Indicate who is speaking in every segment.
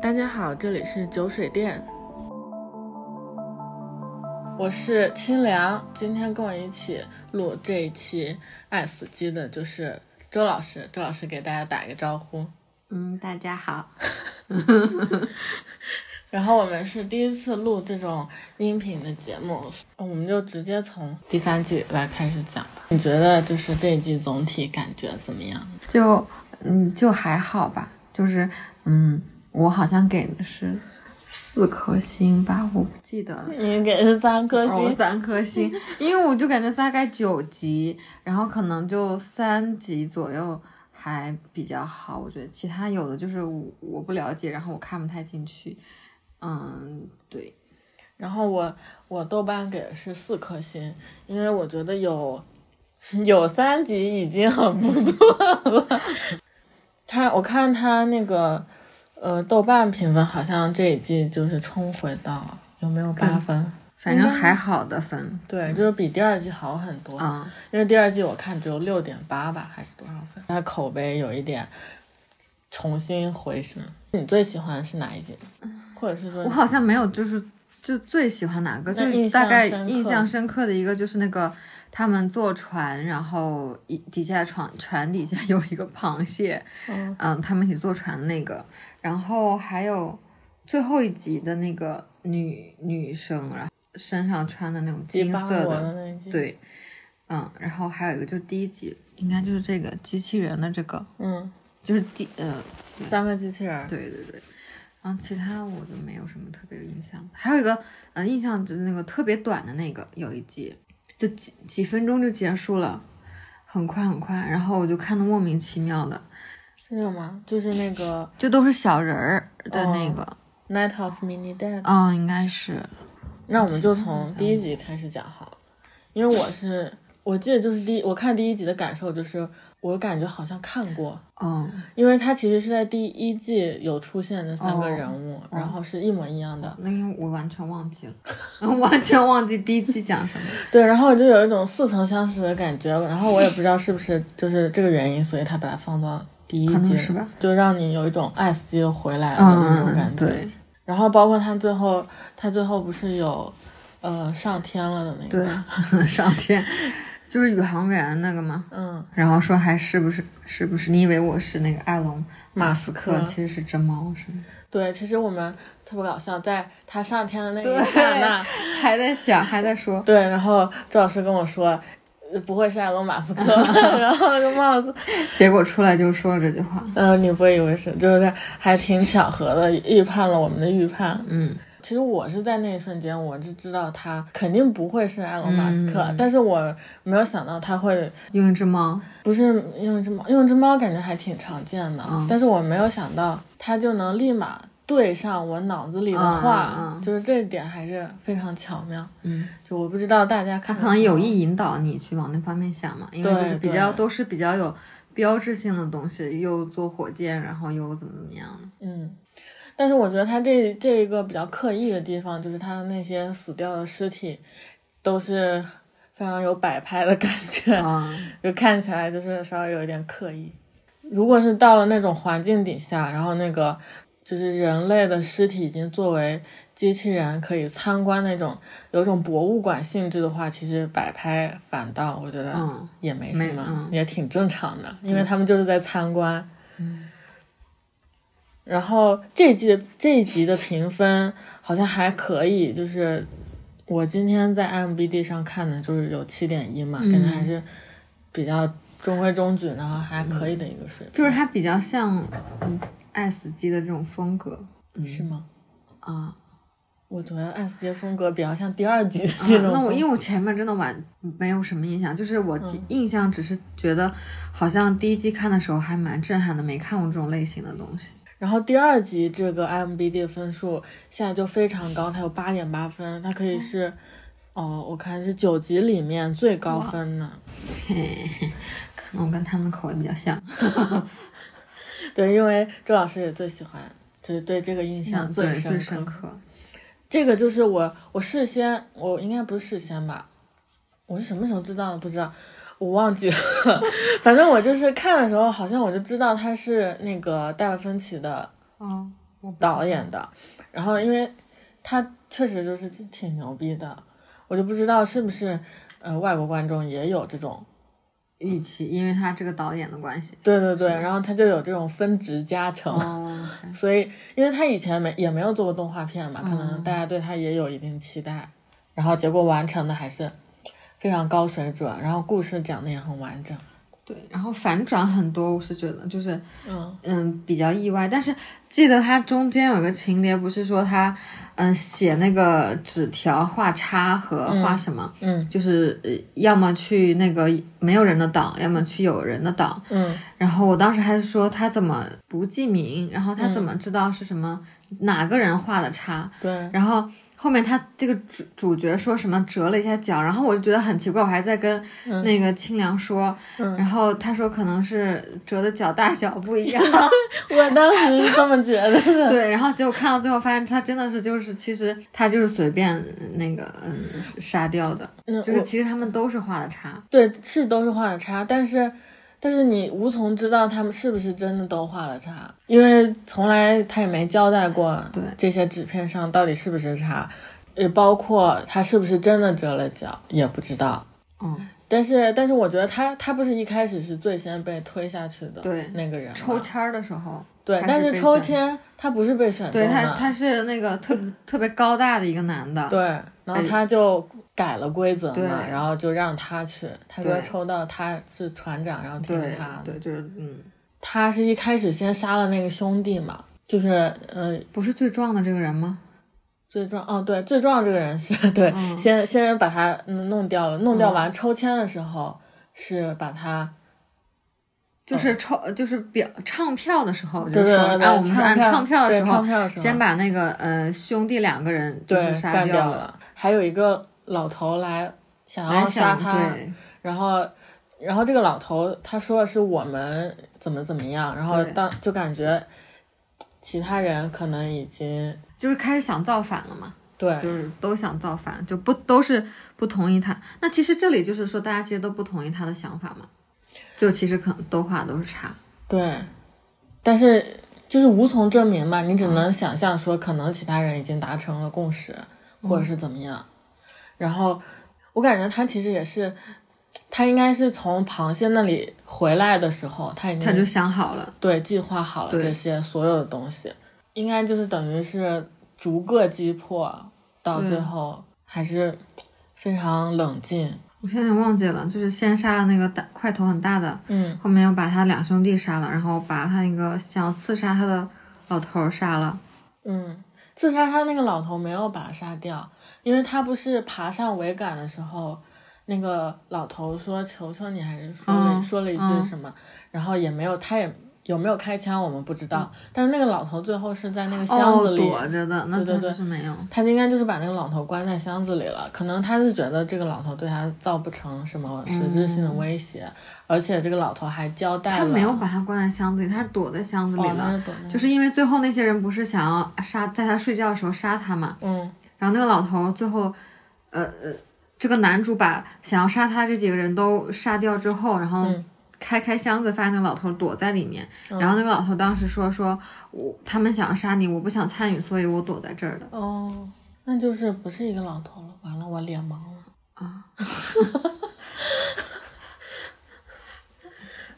Speaker 1: 大家好，这里是酒水店，我是清凉。今天跟我一起录这一期《爱死机》的就是周老师，周老师给大家打个招呼。
Speaker 2: 嗯，大家好。
Speaker 1: 然后我们是第一次录这种音频的节目，我们就直接从第三季来开始讲吧。你觉得就是这一季总体感觉怎么样？
Speaker 2: 就嗯，就还好吧，就是嗯，我好像给的是四颗星吧，我不记得了。
Speaker 1: 你嗯给是三颗
Speaker 2: 哦，
Speaker 1: 星，
Speaker 2: 三颗星，因为我就感觉大概九集，然后可能就三集左右还比较好，我觉得其他有的就是我我不了解，然后我看不太进去。嗯，对，
Speaker 1: 然后我我豆瓣给的是四颗星，因为我觉得有有三集已经很不错了。 他我看他那个呃豆瓣评分好像这一季就是冲回到有没有
Speaker 2: 嗯
Speaker 1: 八分？
Speaker 2: 反正还好的分。
Speaker 1: 对，就是比第二季好很多，
Speaker 2: 嗯，
Speaker 1: 因为第二季我看只有六点八吧，还是多少分？它口碑有一点重新回升。你最喜欢的是哪一集？或者是说
Speaker 2: 嗯我好像没有，就是就最喜欢哪个，就
Speaker 1: 那印
Speaker 2: 是
Speaker 1: 象
Speaker 2: 大概
Speaker 1: 深刻
Speaker 2: 印象深刻的一个就是那个他们坐船，然后一底下船船底下有一个螃蟹，
Speaker 1: 嗯
Speaker 2: 他们一起坐船的那个，然后还有最后一集的那个女女生，然后身上穿的那种
Speaker 1: 鸡
Speaker 2: 金
Speaker 1: 巴
Speaker 2: 色
Speaker 1: 我
Speaker 2: 的，
Speaker 1: 的那一集？，
Speaker 2: 对，嗯，然后还有一个就是第一集，应该就是这个机器人的这个，
Speaker 1: 嗯，
Speaker 2: 就是第呃
Speaker 1: 三个机器人儿。
Speaker 2: 对对对，然后其他我就没有什么特别有印象。还有一个，嗯、印象就是那个特别短的那个，有一集就几几分钟就结束了，很快很快。然后我就看的莫名其妙的，
Speaker 1: 是什吗？就是那个
Speaker 2: 就都是小人儿的那
Speaker 1: 哦
Speaker 2: 个，
Speaker 1: Night of Mini Dead。
Speaker 2: 嗯、应该是，
Speaker 1: 那我们就从第一集开始讲好了，因为我是我记得就是第一我看第一集的感受就是我感觉好像看过，
Speaker 2: 嗯，
Speaker 1: 因为它其实是在第一季有出现的三个人物，
Speaker 2: 哦
Speaker 1: 然后是一模一样的。
Speaker 2: 那个我完全忘记了， 完全忘记第一季讲什么。
Speaker 1: 对，然后我就有一种似曾相识的感觉，然后我也不知道是不是就是这个原因，所以他把它放到第一
Speaker 2: 可
Speaker 1: 季
Speaker 2: 能是吧，
Speaker 1: 就让你有一种 S 季又回来了的那种
Speaker 2: 嗯
Speaker 1: 感
Speaker 2: 嗯，
Speaker 1: 觉。
Speaker 2: 对
Speaker 1: 然后包括他最后，他最后不是有，呃，上天了的那个，
Speaker 2: 对，上天就是宇航员那个吗？
Speaker 1: 嗯，
Speaker 2: 然后说还是不是是不是？你以为我是那个埃隆
Speaker 1: 马斯克
Speaker 2: 克，其实是真猫是吗？
Speaker 1: 对，其实我们特别搞笑，在他上天的那一刹那，
Speaker 2: 还在想，还在说，
Speaker 1: 对，然后周老师跟我说，呃不会是埃隆马斯克， 然后这帽子，
Speaker 2: 结果出来就说了这句话。
Speaker 1: 呃，你不会以为是，就是还挺巧合的，预判了我们的预判，
Speaker 2: 嗯，
Speaker 1: 其实我是在那一瞬间，我就知道他肯定不会是埃隆·马斯克，但是我没有想到他会
Speaker 2: 用一只猫，
Speaker 1: 不是用一只猫，用一只猫感觉还挺常见的，
Speaker 2: 嗯
Speaker 1: 但是我没有想到他就能立马对上我脑子里的话，
Speaker 2: 嗯嗯嗯
Speaker 1: 就是这一点还是非常巧妙。
Speaker 2: 嗯，
Speaker 1: 就我不知道大家看啊
Speaker 2: 可能有意引导你去往那方面想嘛，因为就是比较
Speaker 1: 对
Speaker 2: 都是比较有标志性的东西，又坐火箭，然后又怎么怎么样的。
Speaker 1: 嗯，但是我觉得他这这一个比较刻意的地方，就是他的那些死掉的尸体都是非常有摆拍的感觉。
Speaker 2: 嗯，
Speaker 1: 就看起来就是稍微有一点刻意。如果是到了那种环境底下，然后那个就是人类的尸体已经作为机器人可以参观那种有种博物馆性质的话，其实摆拍反倒我觉得
Speaker 2: 嗯
Speaker 1: 也没什么，
Speaker 2: 没嗯
Speaker 1: 也挺正常的，因为他们就是在参观。嗯。然后这一季这一集的评分好像还可以，就是我今天在 IMBD 上看的，就是有七点一嘛，
Speaker 2: 嗯
Speaker 1: 感觉还是比较中规中矩，然后还可以的一个水平，
Speaker 2: 就是它比较像嗯爱死机的这种风格
Speaker 1: 是吗？
Speaker 2: 啊。
Speaker 1: 我觉得《爱死街》风格比较像第二季的
Speaker 2: 啊
Speaker 1: 这种风格、嗯
Speaker 2: 那我因为我前面真的完没有什么印象，就是我记印象只是觉得好像第一季看的时候还蛮震撼的，没看过这种类型的东西。
Speaker 1: 然后第二集这个 IMBD 分数现在就非常高，它有八点八分，它
Speaker 2: 嗯
Speaker 1: 可以是，哦，我看是九集里面最高分的。
Speaker 2: 可能我跟他们口味比较像，
Speaker 1: 对，因为周老师也最喜欢，就是对这个印象
Speaker 2: 嗯对
Speaker 1: 深
Speaker 2: 最
Speaker 1: 刻。
Speaker 2: 深刻。
Speaker 1: 这个就是我，我事先我应该不是事先吧，我是什么时候知道的不知道，我忘记了。 反正我就是看的时候，好像我就知道它是那个戴尔芬奇的
Speaker 2: 哦，
Speaker 1: 导演的，然后因为他确实就是挺挺牛逼的，我就不知道是不是呃外国观众也有这种，
Speaker 2: 预期，因为他这个导演的关系。
Speaker 1: 对对对，然后他就有这种分值加成，
Speaker 2: 哦，
Speaker 1: 所以因为他以前没也没有做过动画片嘛，可能大家对他也有一定期待，然后结果完成的还是非常高水准，然后故事讲的也很完整，
Speaker 2: 对，然后反转很多，我是觉得就是
Speaker 1: 嗯
Speaker 2: 嗯比较意外，但是记得他中间有个情节，不是说他嗯写那个纸条画叉和画什么，
Speaker 1: 嗯
Speaker 2: 就是呃要么去那个没有人的岛，要么去有人的岛。
Speaker 1: 嗯
Speaker 2: 然后我当时还说他怎么不记名，然后他怎么知道是什么、哪个人画的叉，
Speaker 1: 对，
Speaker 2: 然后后面他这个主主角说什么折了一下脚，然后我就觉得很奇怪，我还在跟那个清凉说，然后他说可能是折的脚大小不一样，
Speaker 1: 我当时是这么觉 得的，
Speaker 2: 对，然后结果看到最后发现他真的是就是其实他就是随便那个嗯杀掉的，
Speaker 1: 嗯
Speaker 2: 就是其实他们都是画的叉，
Speaker 1: 对，是都是画了叉，但是但是你无从知道他们是不是真的都画了叉，因为从来他也没交代过
Speaker 2: 对
Speaker 1: 这些纸片上到底是不是叉，也包括他是不是真的折了脚也不知道。
Speaker 2: 嗯，
Speaker 1: 但是但是我觉得他他不是一开始是最先被推下去的
Speaker 2: 对
Speaker 1: 那个人吗
Speaker 2: 抽签儿的时候。
Speaker 1: 对，
Speaker 2: 他
Speaker 1: 但
Speaker 2: 是
Speaker 1: 是
Speaker 2: 被
Speaker 1: 抽
Speaker 2: 选
Speaker 1: 签他不是被选中
Speaker 2: 对
Speaker 1: 的，
Speaker 2: 他，他是那个特特别高大的一个男的，
Speaker 1: 对，然后
Speaker 2: 哎
Speaker 1: 他就改了规则
Speaker 2: 对
Speaker 1: 嘛，然后就让他去，他说
Speaker 2: 对
Speaker 1: 抽到他是船长，然后听
Speaker 2: 对
Speaker 1: 他的。
Speaker 2: 对，就是嗯，
Speaker 1: 他是一开始先杀了那个兄弟嘛，就是呃，
Speaker 2: 不是最壮的这个人吗？
Speaker 1: 最壮哦，对，最壮这个人是对，
Speaker 2: 嗯
Speaker 1: 先 先把他嗯弄掉了，弄掉完、抽签的时候是把他
Speaker 2: 就是抽，就是表唱票的时候，
Speaker 1: 哦对
Speaker 2: 就
Speaker 1: 对
Speaker 2: 是说
Speaker 1: 对，
Speaker 2: 啊，我们是按唱票的
Speaker 1: 对
Speaker 2: 时
Speaker 1: 唱
Speaker 2: 候，
Speaker 1: 票的时候
Speaker 2: 先把那个呃兄弟两个人就
Speaker 1: 对
Speaker 2: 是杀
Speaker 1: 干掉
Speaker 2: 了，
Speaker 1: 还有一个老头来想要
Speaker 2: 来
Speaker 1: 杀
Speaker 2: 想
Speaker 1: 他，
Speaker 2: 对
Speaker 1: 然后。然后这个老头他说的是我们怎么怎么样，然后
Speaker 2: 对
Speaker 1: 当就感觉其他人可能已经
Speaker 2: 就是开始想造反了嘛，
Speaker 1: 对
Speaker 2: 就是都想造反，就不都是不同意他。那其实这里就是说，大家其实都不同意他的想法嘛，就其实可能都画都是差，
Speaker 1: 对，但是就是无从证明嘛，你只
Speaker 2: 嗯
Speaker 1: 能想象说，可能其他人已经达成了共识，或
Speaker 2: 嗯
Speaker 1: 者是怎么样。然后我感觉他其实也是，他应该是从螃蟹那里回来的时候，他已
Speaker 2: 他就
Speaker 1: 经
Speaker 2: 想好了，
Speaker 1: 对计划好了
Speaker 2: 对
Speaker 1: 这些所有的东西，应该就是等于是逐个击破，到
Speaker 2: 对
Speaker 1: 最后还是非常冷静。
Speaker 2: 我现在忘记了，就是先杀了那个大块头很大的，
Speaker 1: 嗯，
Speaker 2: 后面又把他两兄弟杀了，然后把他那个想要刺杀他的老头儿杀了。
Speaker 1: 嗯，自杀他那个老头没有把他杀掉，因为他不是爬上桅杆的时候，那个老头说“求求你”还是说了、
Speaker 2: 嗯
Speaker 1: 说了一句什么，然后也没有，他也有没有开枪我们不知道，但是那个老头最后是在那个箱子
Speaker 2: 嗯哦，
Speaker 1: 里。
Speaker 2: 躲着的，那
Speaker 1: 对
Speaker 2: 他
Speaker 1: 对
Speaker 2: 就是没有。
Speaker 1: 他应该就是把那个老头关在箱子里了，可能他是觉得这个老头对他造不成什么实质性的威胁，而且这个老头还交代
Speaker 2: 嗯他
Speaker 1: 了，
Speaker 2: 没有把他关在箱子里，他是躲在箱子里
Speaker 1: 哦他
Speaker 2: 了。
Speaker 1: 是躲在
Speaker 2: 就是因为最后那些人不是想要杀，在他睡觉的时候杀他嘛，
Speaker 1: 嗯
Speaker 2: 然后那个老头最后，呃呃，这个男主把想要杀他这几个人都杀掉之后，然后
Speaker 1: 嗯
Speaker 2: 开开箱子，发现那个老头躲在里面。然后那个老头当时说说，我他们想要杀你，我不想参与，所以我躲在这儿的。
Speaker 1: 哦，那就是不是一个老头了，完了我脸盲了。
Speaker 2: 啊，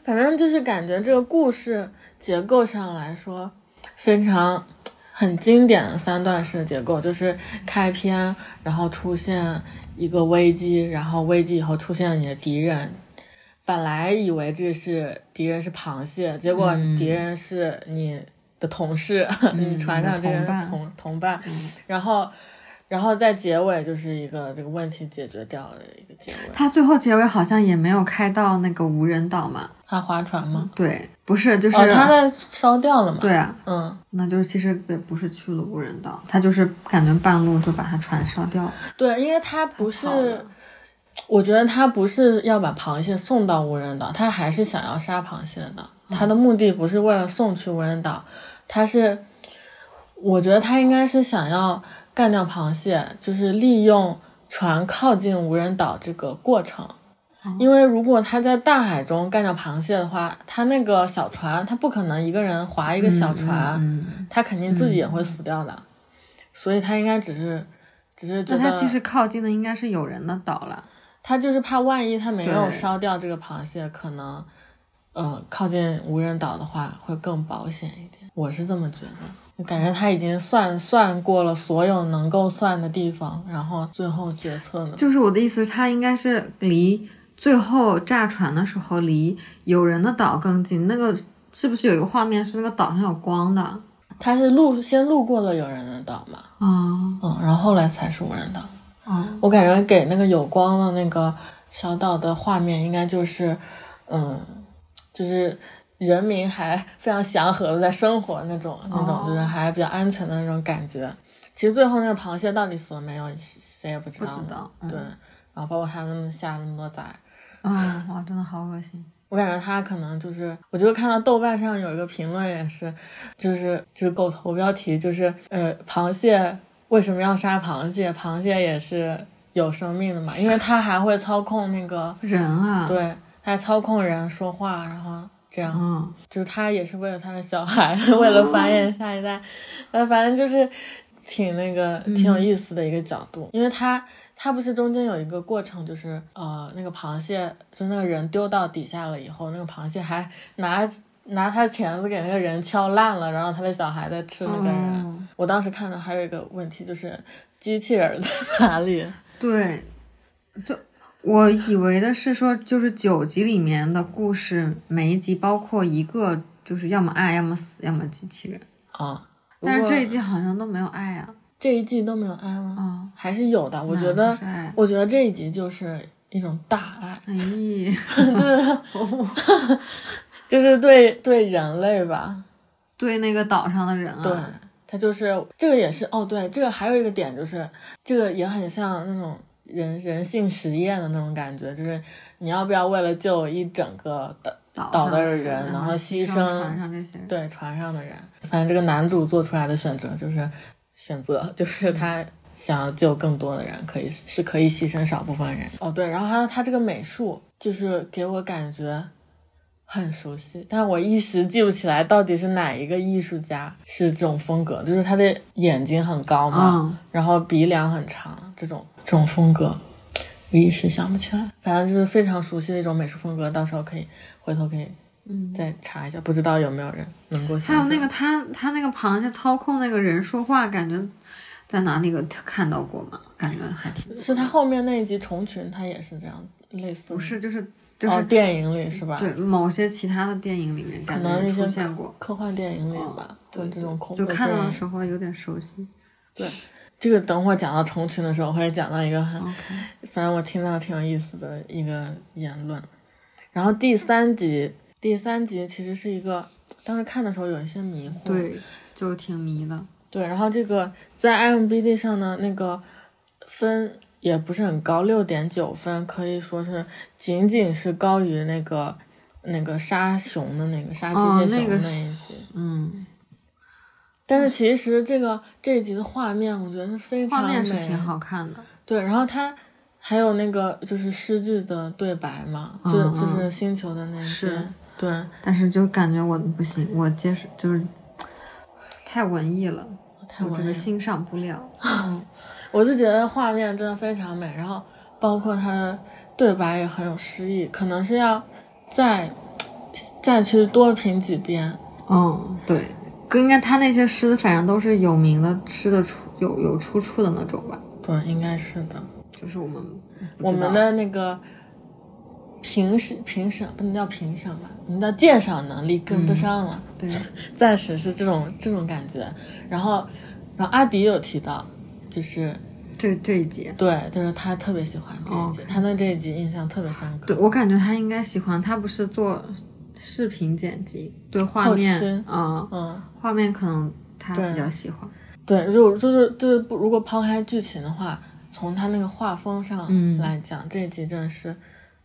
Speaker 1: 反正就是感觉这个故事结构上来说，非常很经典的三段式结构，就是开篇，然后出现一个危机，然后危机以后出现了你的敌人。本来以为这是敌人是螃蟹，结果
Speaker 2: 嗯
Speaker 1: 敌人是你的同事， 你船上这个人
Speaker 2: 同伴嗯
Speaker 1: 同同伴，然后，然后在结尾就是一个这个问题解决掉的一个结尾。
Speaker 2: 他最后结尾好像也没有开到那个无人岛嘛？
Speaker 1: 他划船吗？
Speaker 2: 对，不是，就是、
Speaker 1: 哦，他在烧掉了嘛？
Speaker 2: 对啊，
Speaker 1: 嗯，
Speaker 2: 那就是其实也不是去了无人岛，他就是感觉半路就把他船烧掉了。
Speaker 1: 对，因为他不
Speaker 2: 跑了
Speaker 1: 是，我觉得他不是要把螃蟹送到无人岛，他还是想要杀螃蟹的。
Speaker 2: 嗯
Speaker 1: 他的目的不是为了送去无人岛，他是，我觉得他应该是想要干掉螃蟹，就是利用船靠近无人岛这个过程。
Speaker 2: 嗯
Speaker 1: 因为如果他在大海中干掉螃蟹的话，他那个小船，他不可能一个人划一个小船，
Speaker 2: 嗯嗯
Speaker 1: 他肯定自己也会死掉的，所以他应该只是，只是觉
Speaker 2: 那
Speaker 1: 得
Speaker 2: 它其实靠近的应该是有人的岛了。
Speaker 1: 他就是怕万一他没有
Speaker 2: 对
Speaker 1: 烧掉这个螃蟹，可能，呃，靠近无人岛的话会更保险一点。我是这么觉得，我感觉他已经算算过了所有能够算的地方，然后最后决策呢，
Speaker 2: 就是我的意思是，它应该是离最后炸船的时候离有人的岛更近。那个是不是有一个画面是那个岛上有光的？
Speaker 1: 哦
Speaker 2: 啊、
Speaker 1: 他是路先路过了有人的岛嘛，嗯，然后后来才是无人岛。
Speaker 2: 哦，
Speaker 1: 我感觉给那个有光的那个小岛的画面，应该就是，嗯，就是人民还非常祥和的在生活那种
Speaker 2: 哦
Speaker 1: 那种，就是还比较安全的那种感觉。其实最后那个螃蟹到底死了没有，谁谁也不知
Speaker 2: 不
Speaker 1: 道。
Speaker 2: 知道。嗯
Speaker 1: 对，然后包括它那么下那么多崽，
Speaker 2: 嗯，哇，真的好恶心。
Speaker 1: 我感觉他可能就是，我就看到豆瓣上有一个评论也是，就是就是狗头标题就是呃，螃蟹为什么要杀螃蟹？螃蟹也是有生命的嘛，因为它还会操控那 个，
Speaker 2: 人啊，，
Speaker 1: 对，它还操控人说话，然后这样，
Speaker 2: 嗯，
Speaker 1: 就是它也是为了它的小孩， 为了繁衍下一代，呃，反正就是挺那个挺有意思的一个角度，因为它它不是中间有一个过程，就是呃那个螃蟹，就那个人丢到底下了以后，那个螃蟹还拿拿它钳子给那个人敲烂了，然后他的小孩在吃那个人。
Speaker 2: 哦
Speaker 1: 我当时看到还有一个问题就是机器人在哪里？啊
Speaker 2: 对，就我以为的是说，就是九集里面的故事，每一集包括一个，就是要么爱，要么死，要么机器人。
Speaker 1: 啊、
Speaker 2: 但是这一
Speaker 1: 不过
Speaker 2: 季好像都没有爱啊，
Speaker 1: 这一季都没有爱吗？
Speaker 2: 啊、
Speaker 1: 还是有的，我
Speaker 2: 哪
Speaker 1: 觉
Speaker 2: 不
Speaker 1: 得
Speaker 2: 是爱
Speaker 1: 我觉得这一集就是一种大爱。
Speaker 2: 哎呀，
Speaker 1: 就是对对人类吧，
Speaker 2: 对那个岛上的人啊，
Speaker 1: 对，嗯它就是这个也是哦，对，这个还有一个点就是这个也很像那种人人性实验的那种感觉，就是你要不要为了救一整个的
Speaker 2: 岛
Speaker 1: 岛
Speaker 2: 上
Speaker 1: 的
Speaker 2: 的
Speaker 1: 人然
Speaker 2: 然
Speaker 1: 后牺
Speaker 2: 牺
Speaker 1: 牲
Speaker 2: 船上这些人，
Speaker 1: 对船上的人，反正这个男主做出来的选择就是选择就是他。想要救更多的人，可以是可以牺牲少部分人。哦，对，然后他他这个美术就是给我感觉很熟悉，但我一时记不起来到底是哪一个艺术家是这种风格，就是他的眼睛很高嘛，
Speaker 2: 嗯，
Speaker 1: 然后鼻梁很长，这种这种风格，我一时想不起来。反正就是非常熟悉的一种美术风格，到时候可以回头可以
Speaker 2: 嗯
Speaker 1: 再查一下，不知道有没有人能够想起
Speaker 2: 还
Speaker 1: 来。
Speaker 2: 有那个他他那个螃蟹操控那个人说话，感觉在哪里有看到过吗？感觉还挺
Speaker 1: 是他后面那一集虫群，他也是这样类似的，
Speaker 2: 不是，就是就
Speaker 1: 哦
Speaker 2: 是
Speaker 1: 电影里是吧？
Speaker 2: 对某些其他的电影里面
Speaker 1: 可
Speaker 2: 感
Speaker 1: 能
Speaker 2: 觉
Speaker 1: 一些
Speaker 2: 出现过，哦
Speaker 1: 科幻电影里吧，对嗯这种恐怖
Speaker 2: 就看到
Speaker 1: 电
Speaker 2: 的
Speaker 1: 影
Speaker 2: 时候有点熟悉。
Speaker 1: 这个等会儿讲到虫群的时候，我会讲到一个很，
Speaker 2: OK，
Speaker 1: 反正我听到挺有意思的一个言论。然后第三集，第三集其实是一个，当时看的时候有一些迷惑。
Speaker 2: 对，就挺迷的。
Speaker 1: 对然后这个在 IMBD 上呢，那个分也不是很高，六点九分，可以说是仅仅是高于那个那个杀熊的那个杀机
Speaker 2: 哦
Speaker 1: 械
Speaker 2: 那
Speaker 1: 熊
Speaker 2: 个
Speaker 1: 的那一集。
Speaker 2: 嗯，
Speaker 1: 但是其实这个这一集的画面，我觉得是非常
Speaker 2: 画
Speaker 1: 美，
Speaker 2: 面是挺好看的。
Speaker 1: 对，然后他还有那个就是诗句的对白嘛，就
Speaker 2: 嗯
Speaker 1: 就
Speaker 2: 嗯
Speaker 1: 是星球的那些
Speaker 2: 是，
Speaker 1: 对，
Speaker 2: 但是就感觉我不行，我接受就是太文艺了，
Speaker 1: 太
Speaker 2: 我
Speaker 1: 文
Speaker 2: 真
Speaker 1: 艺了
Speaker 2: 的欣赏不了。
Speaker 1: 我是觉得画面真的非常美，然后包括他的对白也很有诗意，可能是要再再去多品几遍，
Speaker 2: 嗯，对，跟应该他那些诗，反正都是有名的，吃的出有有出处的那种吧，
Speaker 1: 对，应该是的。
Speaker 2: 就是我们不
Speaker 1: 我
Speaker 2: 知道
Speaker 1: 们的那个评审评审不能叫评审吧，我们叫鉴赏能力跟不上了，
Speaker 2: 嗯对
Speaker 1: 暂时是这种这种感觉。然后，然后阿迪有提到，就是
Speaker 2: 这这一节，
Speaker 1: 对，就是他特别喜欢这一集，他对这一集印象特别深刻。
Speaker 2: 哦对我感觉他应该喜欢，他不是做视频剪辑，对画
Speaker 1: 后
Speaker 2: 面
Speaker 1: 期
Speaker 2: 啊、
Speaker 1: 嗯，
Speaker 2: 画面可能他
Speaker 1: 对
Speaker 2: 比较喜欢，
Speaker 1: 对，就就是就是不，如果抛开剧情的话，从他那个画风上
Speaker 2: 嗯
Speaker 1: 来讲，这一集真的是。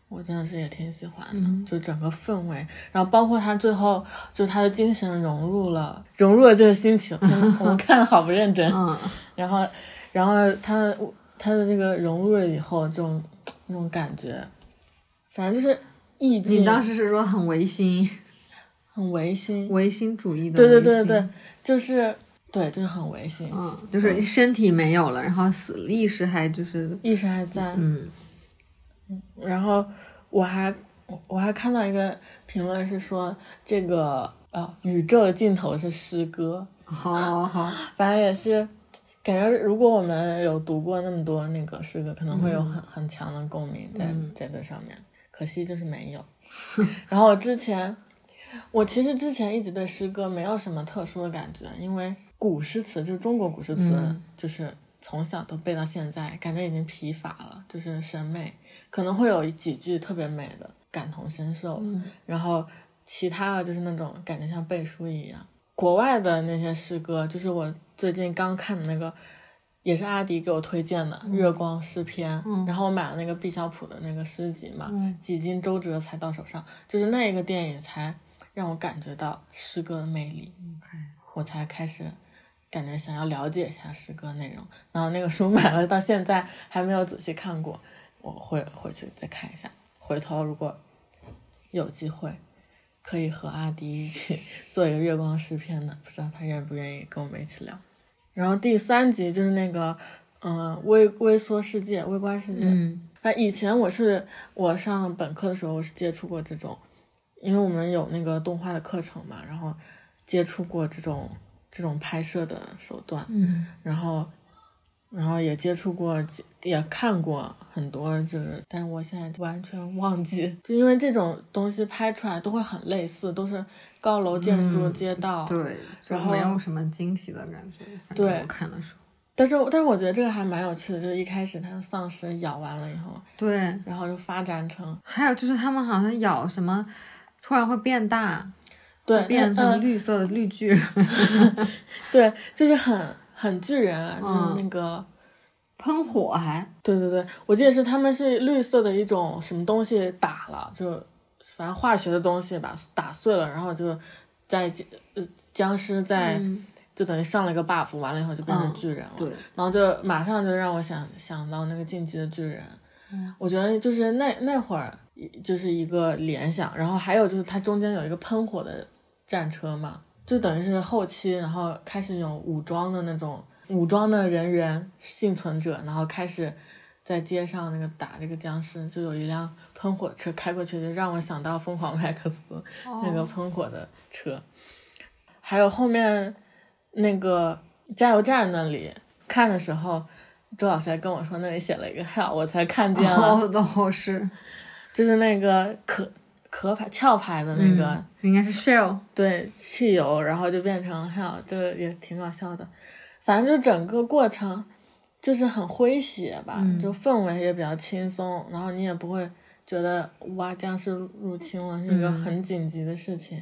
Speaker 1: 我真的是也挺喜欢的，
Speaker 2: 嗯
Speaker 1: 就整个氛围，然后包括他最后就是他的精神融入了，融入了这个心 情。天呐我们看的好不认真。
Speaker 2: 嗯，
Speaker 1: 然后，然后他他的这个融入了以后，这种那种感觉反正就是意境
Speaker 2: 你当时是说很唯心、
Speaker 1: 很唯心。
Speaker 2: 唯心主义的
Speaker 1: 对对
Speaker 2: 唯
Speaker 1: 对
Speaker 2: 心
Speaker 1: 对，对，就是对，就是很唯心，
Speaker 2: 嗯，就是身体没有了，然后死意识还就是
Speaker 1: 意识还在。
Speaker 2: 嗯
Speaker 1: 然后我还我我还看到一个评论是说这个呃宇宙的尽头是诗歌，
Speaker 2: 好好好，
Speaker 1: 反正也是感觉，如果我们有读过那么多那个诗歌，可能会有很、很强的共鸣在这个上面。可惜就是没有。 然后我之前，我其实之前一直对诗歌没有什么特殊的感觉，因为古诗词就是中国古诗词，就是从小都背到现在，感觉已经疲乏了，就是审美可能会有几句特别美的，感同身受了。然后其他的就是那种感觉像背书一样。国外的那些诗歌，就是我最近刚看的那个，也是阿迪给我推荐的《月光诗篇》，然后我买了那个毕小普的那个诗集嘛，几经周折才到手上，就是那个电影才让我感觉到诗歌的魅力，我才开始感觉想要了解一下诗歌内容。然后那个书 买了，到现在还没有仔细看过，我会回去再看一下。回头如果有机会，可以和阿迪一起 做一个月光诗篇的，不知道他愿不愿意跟我们一起聊。然后第三集就是那个，嗯、微微缩世界、微观世界。
Speaker 2: 嗯
Speaker 1: 哎，以前我是我上本科的时候，我是接触过这种，因为我们有那个动画的课程嘛，然后接触过这种这种拍摄的手段，
Speaker 2: 嗯
Speaker 1: 然后然后也接触过几，也看过很多，就是，但是我现在完全忘记，就因为这种东西拍出来都会很类似，都是高楼建筑、
Speaker 2: 嗯
Speaker 1: 街道，
Speaker 2: 对，就
Speaker 1: 然后
Speaker 2: 没有什么惊喜的感觉。反正
Speaker 1: 对
Speaker 2: 我看的时候，
Speaker 1: 但是但是我觉得这个还蛮有趣的，就是一开始它丧尸咬完了以后，
Speaker 2: 对，
Speaker 1: 然后就发展成
Speaker 2: 还有就是他们好像咬什么，突然会变大，
Speaker 1: 对
Speaker 2: 变
Speaker 1: 它呃
Speaker 2: 成绿色的绿巨人，
Speaker 1: 对，就是很很巨人啊，就是
Speaker 2: 嗯
Speaker 1: 那个，
Speaker 2: 喷火还
Speaker 1: 对对对，我记得是他们是绿色的一种什么东西打了，就反正化学的东西吧，打碎了，然后就在僵呃僵尸在、
Speaker 2: 嗯
Speaker 1: 就等于上了一个 buff，完了以后就变成
Speaker 2: 嗯
Speaker 1: 巨人了，
Speaker 2: 对，
Speaker 1: 然后就马上就让我想想到那个进击的巨人。
Speaker 2: 嗯
Speaker 1: 我觉得就是那那会儿就是一个联想，然后还有就是它中间有一个喷火的战车嘛，就等于是后期，然后开始有武装的那种武装的人员幸存者，然后开始在街上那个打这个僵尸，就有一辆喷火车开过去，就让我想到《疯狂麦克斯》
Speaker 2: 哦
Speaker 1: 那个喷火的车，还有后面那个加油站那里看的时候。周老师还跟我说，那里写了一个 hell，我才看见了。
Speaker 2: 哦，都是
Speaker 1: 就是那个壳壳牌壳牌的那个、
Speaker 2: 嗯应该是 shell，
Speaker 1: 对汽油，然后就变成 hell，这个也挺搞笑的。反正就整个过程就是很诙谐吧，
Speaker 2: 嗯
Speaker 1: 就氛围也比较轻松，然后你也不会觉得哇僵尸入侵了是一
Speaker 2: 嗯
Speaker 1: 个很紧急的事情，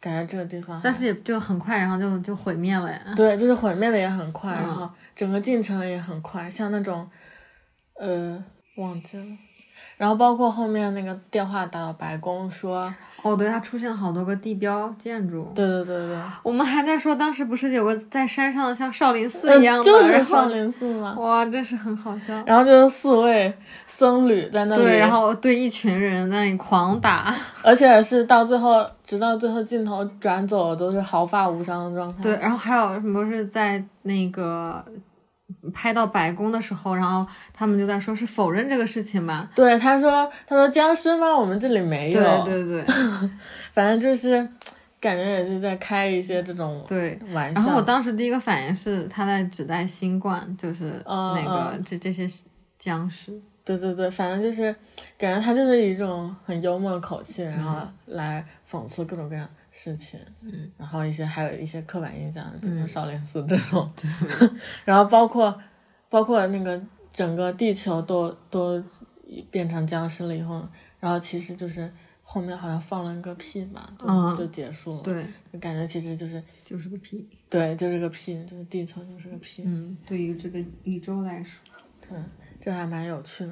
Speaker 1: 感觉这个地方
Speaker 2: 但是也就很快，然后就就毁灭了 呀。
Speaker 1: 对，就是毁灭的也很快，
Speaker 2: 嗯
Speaker 1: 然后整个进程也很快，像那种，呃，忘记了。然后包括后面那个电话打到白宫说，
Speaker 2: 哦，对，它出现了好多个地标建筑。
Speaker 1: 对对对对，
Speaker 2: 我们还在说，当时不是有个在山上的像少林寺
Speaker 1: 嗯
Speaker 2: 一样的，
Speaker 1: 就是
Speaker 2: 然后
Speaker 1: 少林寺嘛。
Speaker 2: 哇，真是很好笑。
Speaker 1: 然后就是四位僧侣在那里，
Speaker 2: 对，然后对一群人在那里狂打，
Speaker 1: 而且是到最后，直到最后镜头转走都是毫发无伤的状态。
Speaker 2: 对，然后还有什么是在那个拍到白宫的时候，然后他们就在说是否认这个事情吧？
Speaker 1: 对，他说他说僵尸吗？我们这里没有。
Speaker 2: 对对对
Speaker 1: 反正就是感觉也是在开一些这种
Speaker 2: 对。
Speaker 1: 玩笑。
Speaker 2: 然后我当时第一个反应是他在指代新冠，就是
Speaker 1: 嗯
Speaker 2: 那个、
Speaker 1: 嗯
Speaker 2: 这这些僵尸。
Speaker 1: 对对对，反正就是感觉他就是一种很幽默的口气，然后
Speaker 2: 嗯
Speaker 1: 来讽刺各种各样的事情，嗯，然后一些还有一些刻板印象，比如
Speaker 2: 嗯
Speaker 1: 说少林寺这种， 然后包括包括那个整个地球都都变成僵尸了以后，然后其实就是后面好像放了个屁嘛，就、
Speaker 2: 嗯
Speaker 1: 就结束了，
Speaker 2: 对，
Speaker 1: 就感觉其实就是
Speaker 2: 就是个屁。
Speaker 1: 对，就是个屁，就是地球就是个屁，
Speaker 2: 嗯，对于这个宇宙来说，
Speaker 1: 这还蛮有趣的。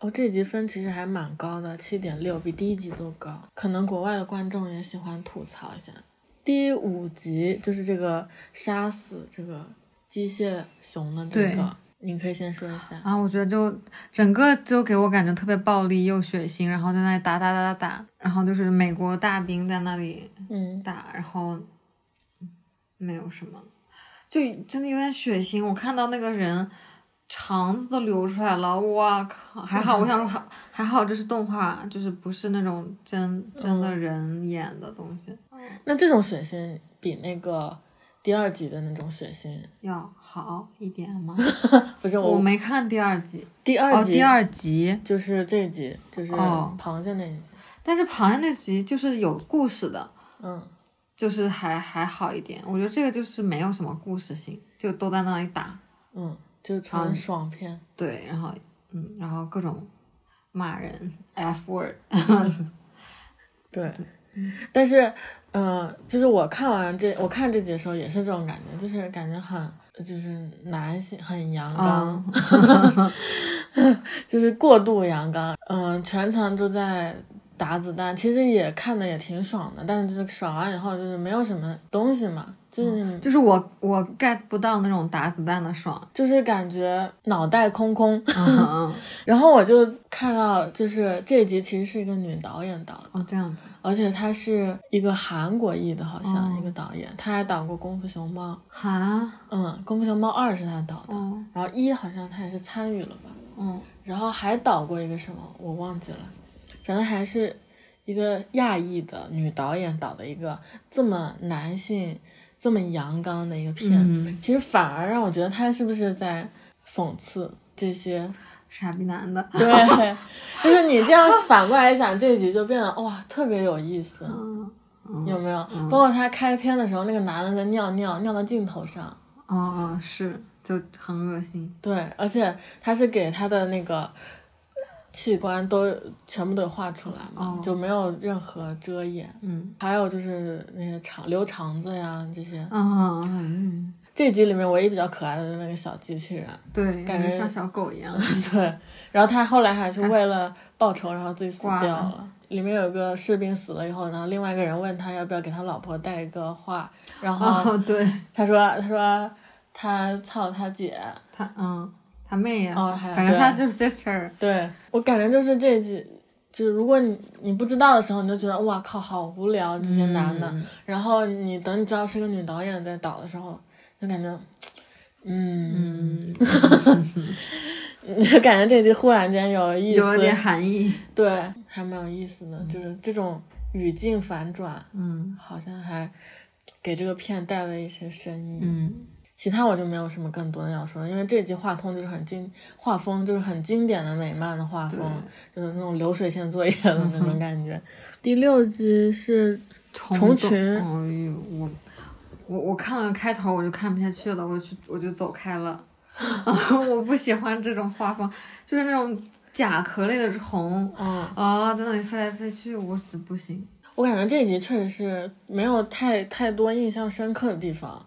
Speaker 1: 哦，这集分其实还蛮高的，七点六，比第一集都高。可能国外的观众也喜欢吐槽一下。第五集就是这个杀死这个机械熊的这
Speaker 2: 对
Speaker 1: 个，你可以先说一下。
Speaker 2: 啊，我觉得就整个就给我感觉特别暴力又血腥，然后在那里打打打打打，然后就是美国大兵在那里
Speaker 1: 嗯，
Speaker 2: 打，然后没有什么，就真的有点血腥。我看到那个人肠子都流出来了，哇靠！还好，我想说还还好这是动画，就是不是那种真真
Speaker 1: 嗯
Speaker 2: 的人演的东西，
Speaker 1: 那这种血腥比那个第二集的那种血腥，
Speaker 2: 要好一点吗？
Speaker 1: 不是
Speaker 2: 我
Speaker 1: 我
Speaker 2: 没看第二集，
Speaker 1: 第
Speaker 2: 哦，
Speaker 1: 二集、
Speaker 2: 第二集，
Speaker 1: 就是这一集，就是
Speaker 2: 哦
Speaker 1: 螃蟹那一集。
Speaker 2: 但是螃蟹那集就是有故事的。
Speaker 1: 嗯，
Speaker 2: 就是还还好一点，我觉得这个就是没有什么故事性，就都在那里打，
Speaker 1: 嗯，就是纯爽片。
Speaker 2: 对，然后嗯，然后各种 骂人 F word，
Speaker 1: 对，但是，嗯、就是我看完这，我看这集的时候也是这种感觉，就是感觉很，就是男性很阳刚，
Speaker 2: 啊，
Speaker 1: 就是过度阳刚。嗯、全程都在打子弹，其实也看的也挺爽的，但是就是爽完以后就是没有什么东西嘛，就是、
Speaker 2: 就是我我 get 不到那种打子弹的爽，
Speaker 1: 就是感觉脑袋空空。
Speaker 2: 嗯，
Speaker 1: 然后我就看到，就是这一集其实是一个女导演导的。
Speaker 2: 哦这样子，
Speaker 1: 而且她是一个韩国裔的，好像、
Speaker 2: 哦
Speaker 1: 一个导演，她还导过《功夫熊猫》，
Speaker 2: 哈，
Speaker 1: 嗯，《功夫熊猫二》是她导的，
Speaker 2: 哦，
Speaker 1: 然后一好像她也是参与了吧，
Speaker 2: 嗯，
Speaker 1: 然后还导过一个什么我忘记了，反正还是一个亚裔的女导演导的一个这么男性、这么阳刚的一个片，
Speaker 2: 嗯
Speaker 1: 其实反而让我觉得她是不是在讽刺这些
Speaker 2: 傻逼男的，
Speaker 1: 对，就是你这样反过来想，这一集就变得哇，特别有意思，
Speaker 2: 嗯，
Speaker 1: 有没有？包括他开篇的时候，那个男的在尿尿，尿到镜头上，
Speaker 2: 哦哦是，就很恶心，
Speaker 1: 对，而且他是给他的那个器官都全部都画出来嘛，
Speaker 2: 哦
Speaker 1: 就没有任何遮掩。
Speaker 2: 嗯，
Speaker 1: 还有就是那些肠留肠子呀这些，
Speaker 2: 嗯嗯，
Speaker 1: 这集里面唯一比较可爱的就是那个小机器人，
Speaker 2: 对，
Speaker 1: 感
Speaker 2: 感
Speaker 1: 觉
Speaker 2: 觉像小狗一样，
Speaker 1: 对，然后他后来还是为了报仇，然后自己死掉
Speaker 2: 挂
Speaker 1: 了
Speaker 2: 了。
Speaker 1: 里面有个士兵死了以后，然后另外一个人问他要不要给他老婆带一个话， 然后
Speaker 2: 哦对，
Speaker 1: 他说他说他操他姐，
Speaker 2: 他嗯，他妹呀、
Speaker 1: 哦还有
Speaker 2: 反正他
Speaker 1: 对
Speaker 2: 就是 sister，
Speaker 1: 对我感觉就是这集，就是如果你你不知道的时候，你就觉得哇靠好无聊哦这些男的，
Speaker 2: 嗯
Speaker 1: 然后你等你知道是个女导演在导的时候，就感觉， 嗯，
Speaker 2: 嗯，
Speaker 1: 你就感觉这集忽然间有意思，
Speaker 2: 有点嗯含义，
Speaker 1: 对，还蛮有意思的，就是这种语境反转，
Speaker 2: 嗯
Speaker 1: 好像还给这个片带了一些深意。
Speaker 2: 嗯
Speaker 1: 其他我就没有什么更多的要说，因为这集画通就是很经画风就是很经典的美漫的画风，就是那种流水线作业的那种感觉。第六集是虫
Speaker 2: 虫
Speaker 1: 群
Speaker 2: 哎呦我我我看了开头我就看不下去了，我就去我就走开了， 我不喜欢这种画风，就是那种甲壳类的虫
Speaker 1: 嗯，
Speaker 2: 啊、在那里飞来飞去，我就不行，
Speaker 1: 我感觉这一集确实是没有太太多印象深刻的地方。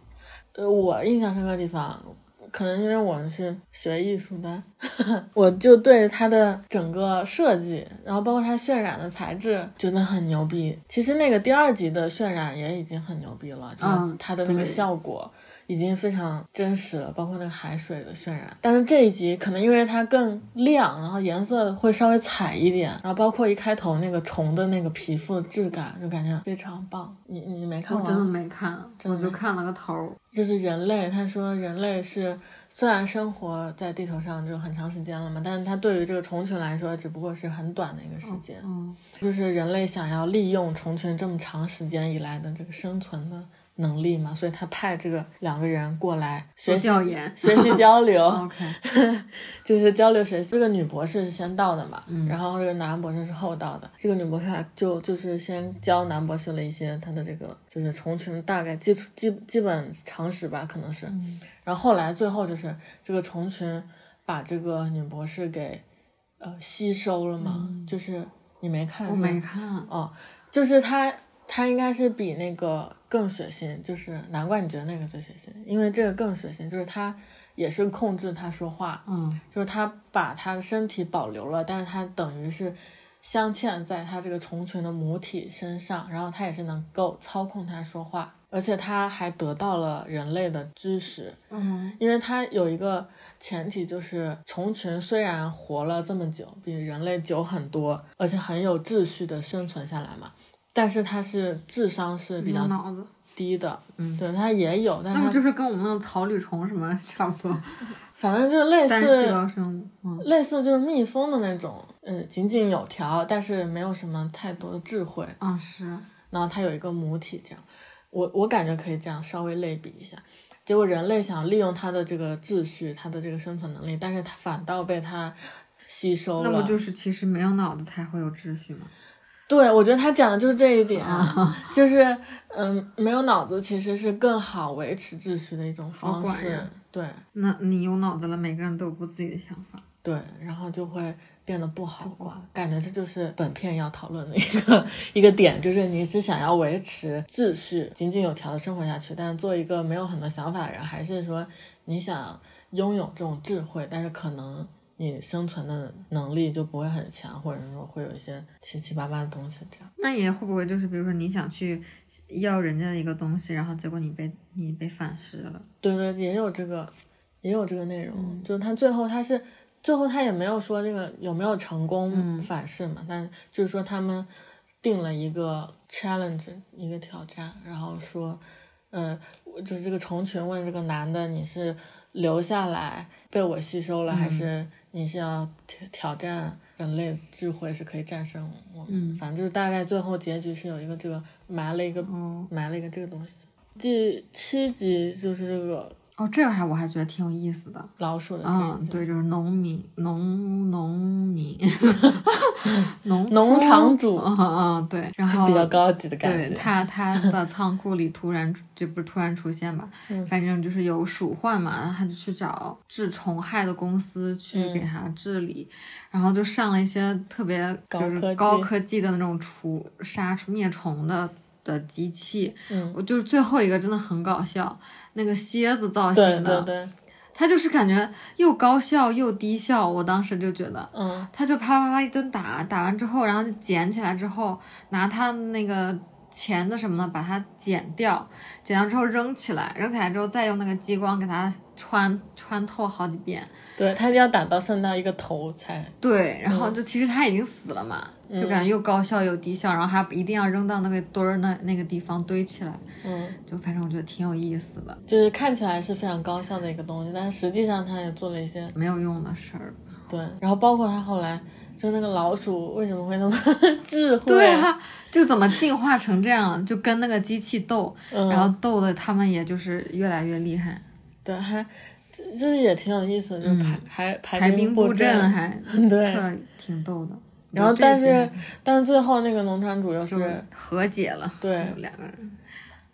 Speaker 1: 呃，我印象深刻的地方，可能因为我们是学艺术的， 我就对它的整个设计，然后包括它渲染的材质，觉得很牛逼。其实那个第二集的渲染也已经很牛逼了，就是
Speaker 2: 嗯
Speaker 1: 它的那个
Speaker 2: 对
Speaker 1: 效果已经非常真实了，包括那个海水的渲染。但是这一集可能因为它更亮，然后颜色会稍微彩一点，然后包括一开头那个虫的那个皮肤质感，就感觉非常棒。你你没看
Speaker 2: 我
Speaker 1: 完？
Speaker 2: 真的没看，
Speaker 1: 真
Speaker 2: 我
Speaker 1: 的
Speaker 2: 就看了个头儿，
Speaker 1: 就是人类，他说人类是虽然生活在地球上就很长时间了嘛，但是他对于这个虫群来说，只不过是很短的一个时间。
Speaker 2: 嗯
Speaker 1: 就是人类想要利用虫群这么长时间以来的这个生存的能力嘛，所以他派这个两个人过来学习哦
Speaker 2: 教研
Speaker 1: 学习交流，
Speaker 2: ，OK，
Speaker 1: 就是交流学习。这个女博士是先到的嘛，然后这个男博士是后到的。这个女博士还就就是先教男博士了一些他的这个就是虫群大概基础基基本常识吧，可能是。然后后来最后就是这个虫群把这个女博士给呃吸收了嘛，就是你嗯没看
Speaker 2: 我
Speaker 1: 是吧
Speaker 2: 没看，嗯
Speaker 1: 哦，就是他，他应该是比那个更血腥，就是难怪你觉得那个最血腥，因为这个更血腥，就是他也是控制他说话，
Speaker 2: 嗯
Speaker 1: 就是他把他的身体保留了，但是他等于是镶嵌在他这个虫群的母体身上，然后他也是能够操控他说话，而且他还得到了人类的知识，
Speaker 2: 嗯
Speaker 1: 因为他有一个前提就是虫群虽然活了这么久，比人类久很多，而且很有秩序的生存下来嘛，但是它是智商是比
Speaker 2: 没
Speaker 1: 较
Speaker 2: 有脑子，
Speaker 1: 低的，
Speaker 2: 嗯
Speaker 1: 对，它也有，但
Speaker 2: 那不
Speaker 1: 它
Speaker 2: 就是跟我们那种草履虫什么差不多，
Speaker 1: 反正就是类
Speaker 2: 单细
Speaker 1: 似
Speaker 2: 胞生物，嗯
Speaker 1: 类似就是蜜蜂的那种，嗯，井井有条，但是没有什么太多的智慧。
Speaker 2: 啊是，
Speaker 1: 然后它有一个母体，这样，我我感觉可以这样稍微类比一下。结果人类想利用它的这个秩序，它的这个生存能力，但是它反倒被它吸收
Speaker 2: 那
Speaker 1: 了。
Speaker 2: 不就是其实没有脑子才会有秩序吗？
Speaker 1: 对，我觉得他讲的就是这一点，
Speaker 2: 啊
Speaker 1: 啊就是嗯，没有脑子其实是更好维持秩序的一种
Speaker 2: 好
Speaker 1: 方
Speaker 2: 管
Speaker 1: 式
Speaker 2: 人。
Speaker 1: 对
Speaker 2: 那你有脑子了，每个人都有不自己的想法，
Speaker 1: 对，然后就会变得不好管，感觉这就是本片要讨论的一个 一个点，就是你是想要维持秩序、井井有条的生活下去，但是做一个没有很多想法的人，还是说你想拥有这种智慧，但是可能你生存的能力就不会很强，或者说会有一些七七八八的东西这样。
Speaker 2: 那也会不会就是，比如说你想去要人家的一个东西，然后结果你被你被反噬了？
Speaker 1: 对对，也有这个，也有这个内容。就是他最后他是最后他也没有说这个有没有成功反噬嘛，但就是说他们定了一个 challenge 一个挑战，然后说，呃，我就是这个虫群问这个男的你是留下来被我吸收了，还是你是要挑挑战人类智慧是可以战胜我们？反正就是大概最后结局是有一个这个埋了一个
Speaker 2: 哦
Speaker 1: 埋了一个这个东西。第七集就是这个
Speaker 2: 哦，这个还我还觉得挺有意思的。
Speaker 1: 老鼠的天
Speaker 2: 嗯，
Speaker 1: 性，
Speaker 2: 对，就是农民、农农 民、农
Speaker 1: 农
Speaker 2: 夫
Speaker 1: 场主
Speaker 2: 嗯嗯，对，然 后
Speaker 1: 比较高级的感
Speaker 2: 对
Speaker 1: 觉。
Speaker 2: 他他 的仓库里突然就不是突然出现吧，
Speaker 1: 嗯
Speaker 2: 反正就是有鼠患嘛，然后他就去找治虫害的公司去
Speaker 1: 嗯
Speaker 2: 给他治理，然后就上了一些特别就是
Speaker 1: 高
Speaker 2: 高
Speaker 1: 科技
Speaker 2: 科技的那种除杀虫灭虫的。的机器，
Speaker 1: 嗯
Speaker 2: 我就是最后一个真的很搞笑，那个蝎子造
Speaker 1: 对
Speaker 2: 型啊的
Speaker 1: 对，对，
Speaker 2: 他就是感觉又高效又低效，我当时就觉得，
Speaker 1: 嗯，
Speaker 2: 他就啪啪啪一顿打，打完之后，然后就捡起来之后，拿他那个钳子什么的把它剪掉，剪掉之后扔起来，扔起来之后再用那个激光给它穿穿透好几遍。
Speaker 1: 对他要打到剩到一个头才，
Speaker 2: 对，然后就其实他已经死了嘛，就感觉又高效又低效，然后还一定要扔到那个堆儿那那个地方堆起来，
Speaker 1: 嗯，
Speaker 2: 就反正我觉得挺有意思的，
Speaker 1: 就是看起来是非常高效的一个东西，但是实际上他也做了一些
Speaker 2: 没有用的事儿。
Speaker 1: 对，然后包括他后来就那个老鼠为什么 会那么智慧？
Speaker 2: 对啊，就怎么进化成这样了？就跟那个机器斗，
Speaker 1: 嗯
Speaker 2: 然后斗的他们也就是越来越厉害。
Speaker 1: 对，还这就是也挺有意思，就是排、还排
Speaker 2: 嗯排
Speaker 1: 兵
Speaker 2: 兵布
Speaker 1: 阵
Speaker 2: 阵，还
Speaker 1: 对。
Speaker 2: 特挺逗的。
Speaker 1: 然后，
Speaker 2: 这
Speaker 1: 但
Speaker 2: 些
Speaker 1: 是但是最后那个农场主又是
Speaker 2: 和解了，
Speaker 1: 对
Speaker 2: 两个人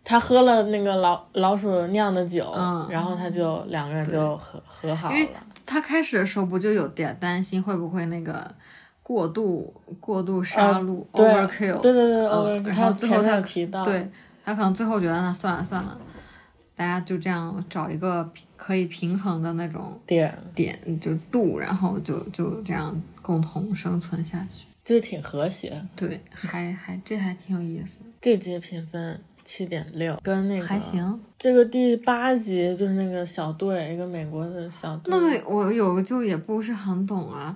Speaker 1: 他喝了那个老老鼠酿的酒，
Speaker 2: 嗯
Speaker 1: 然后他就两个人就和和好
Speaker 2: 因为
Speaker 1: 了。
Speaker 2: 他开始的时候不就有点担心会不会那个过度过度杀
Speaker 1: 呃
Speaker 2: 戮、
Speaker 1: 对
Speaker 2: overkill，
Speaker 1: 对对对，
Speaker 2: 嗯
Speaker 1: overkill，
Speaker 2: 然
Speaker 1: 他
Speaker 2: 后最后
Speaker 1: 前面
Speaker 2: 他
Speaker 1: 有提到，
Speaker 2: 对他可能最后觉得那算了算了，大家就这样找一个平可以平衡的那种
Speaker 1: 点
Speaker 2: 点，就是度，然后就就这样共同生存下去。
Speaker 1: 就是挺和谐。
Speaker 2: 对，还还这还挺有意思，
Speaker 1: 这集评分七点六，跟那个
Speaker 2: 还。行。
Speaker 1: 这个第八集就是那个小队，一个美国的小队，
Speaker 2: 那么我有就也不是很懂啊，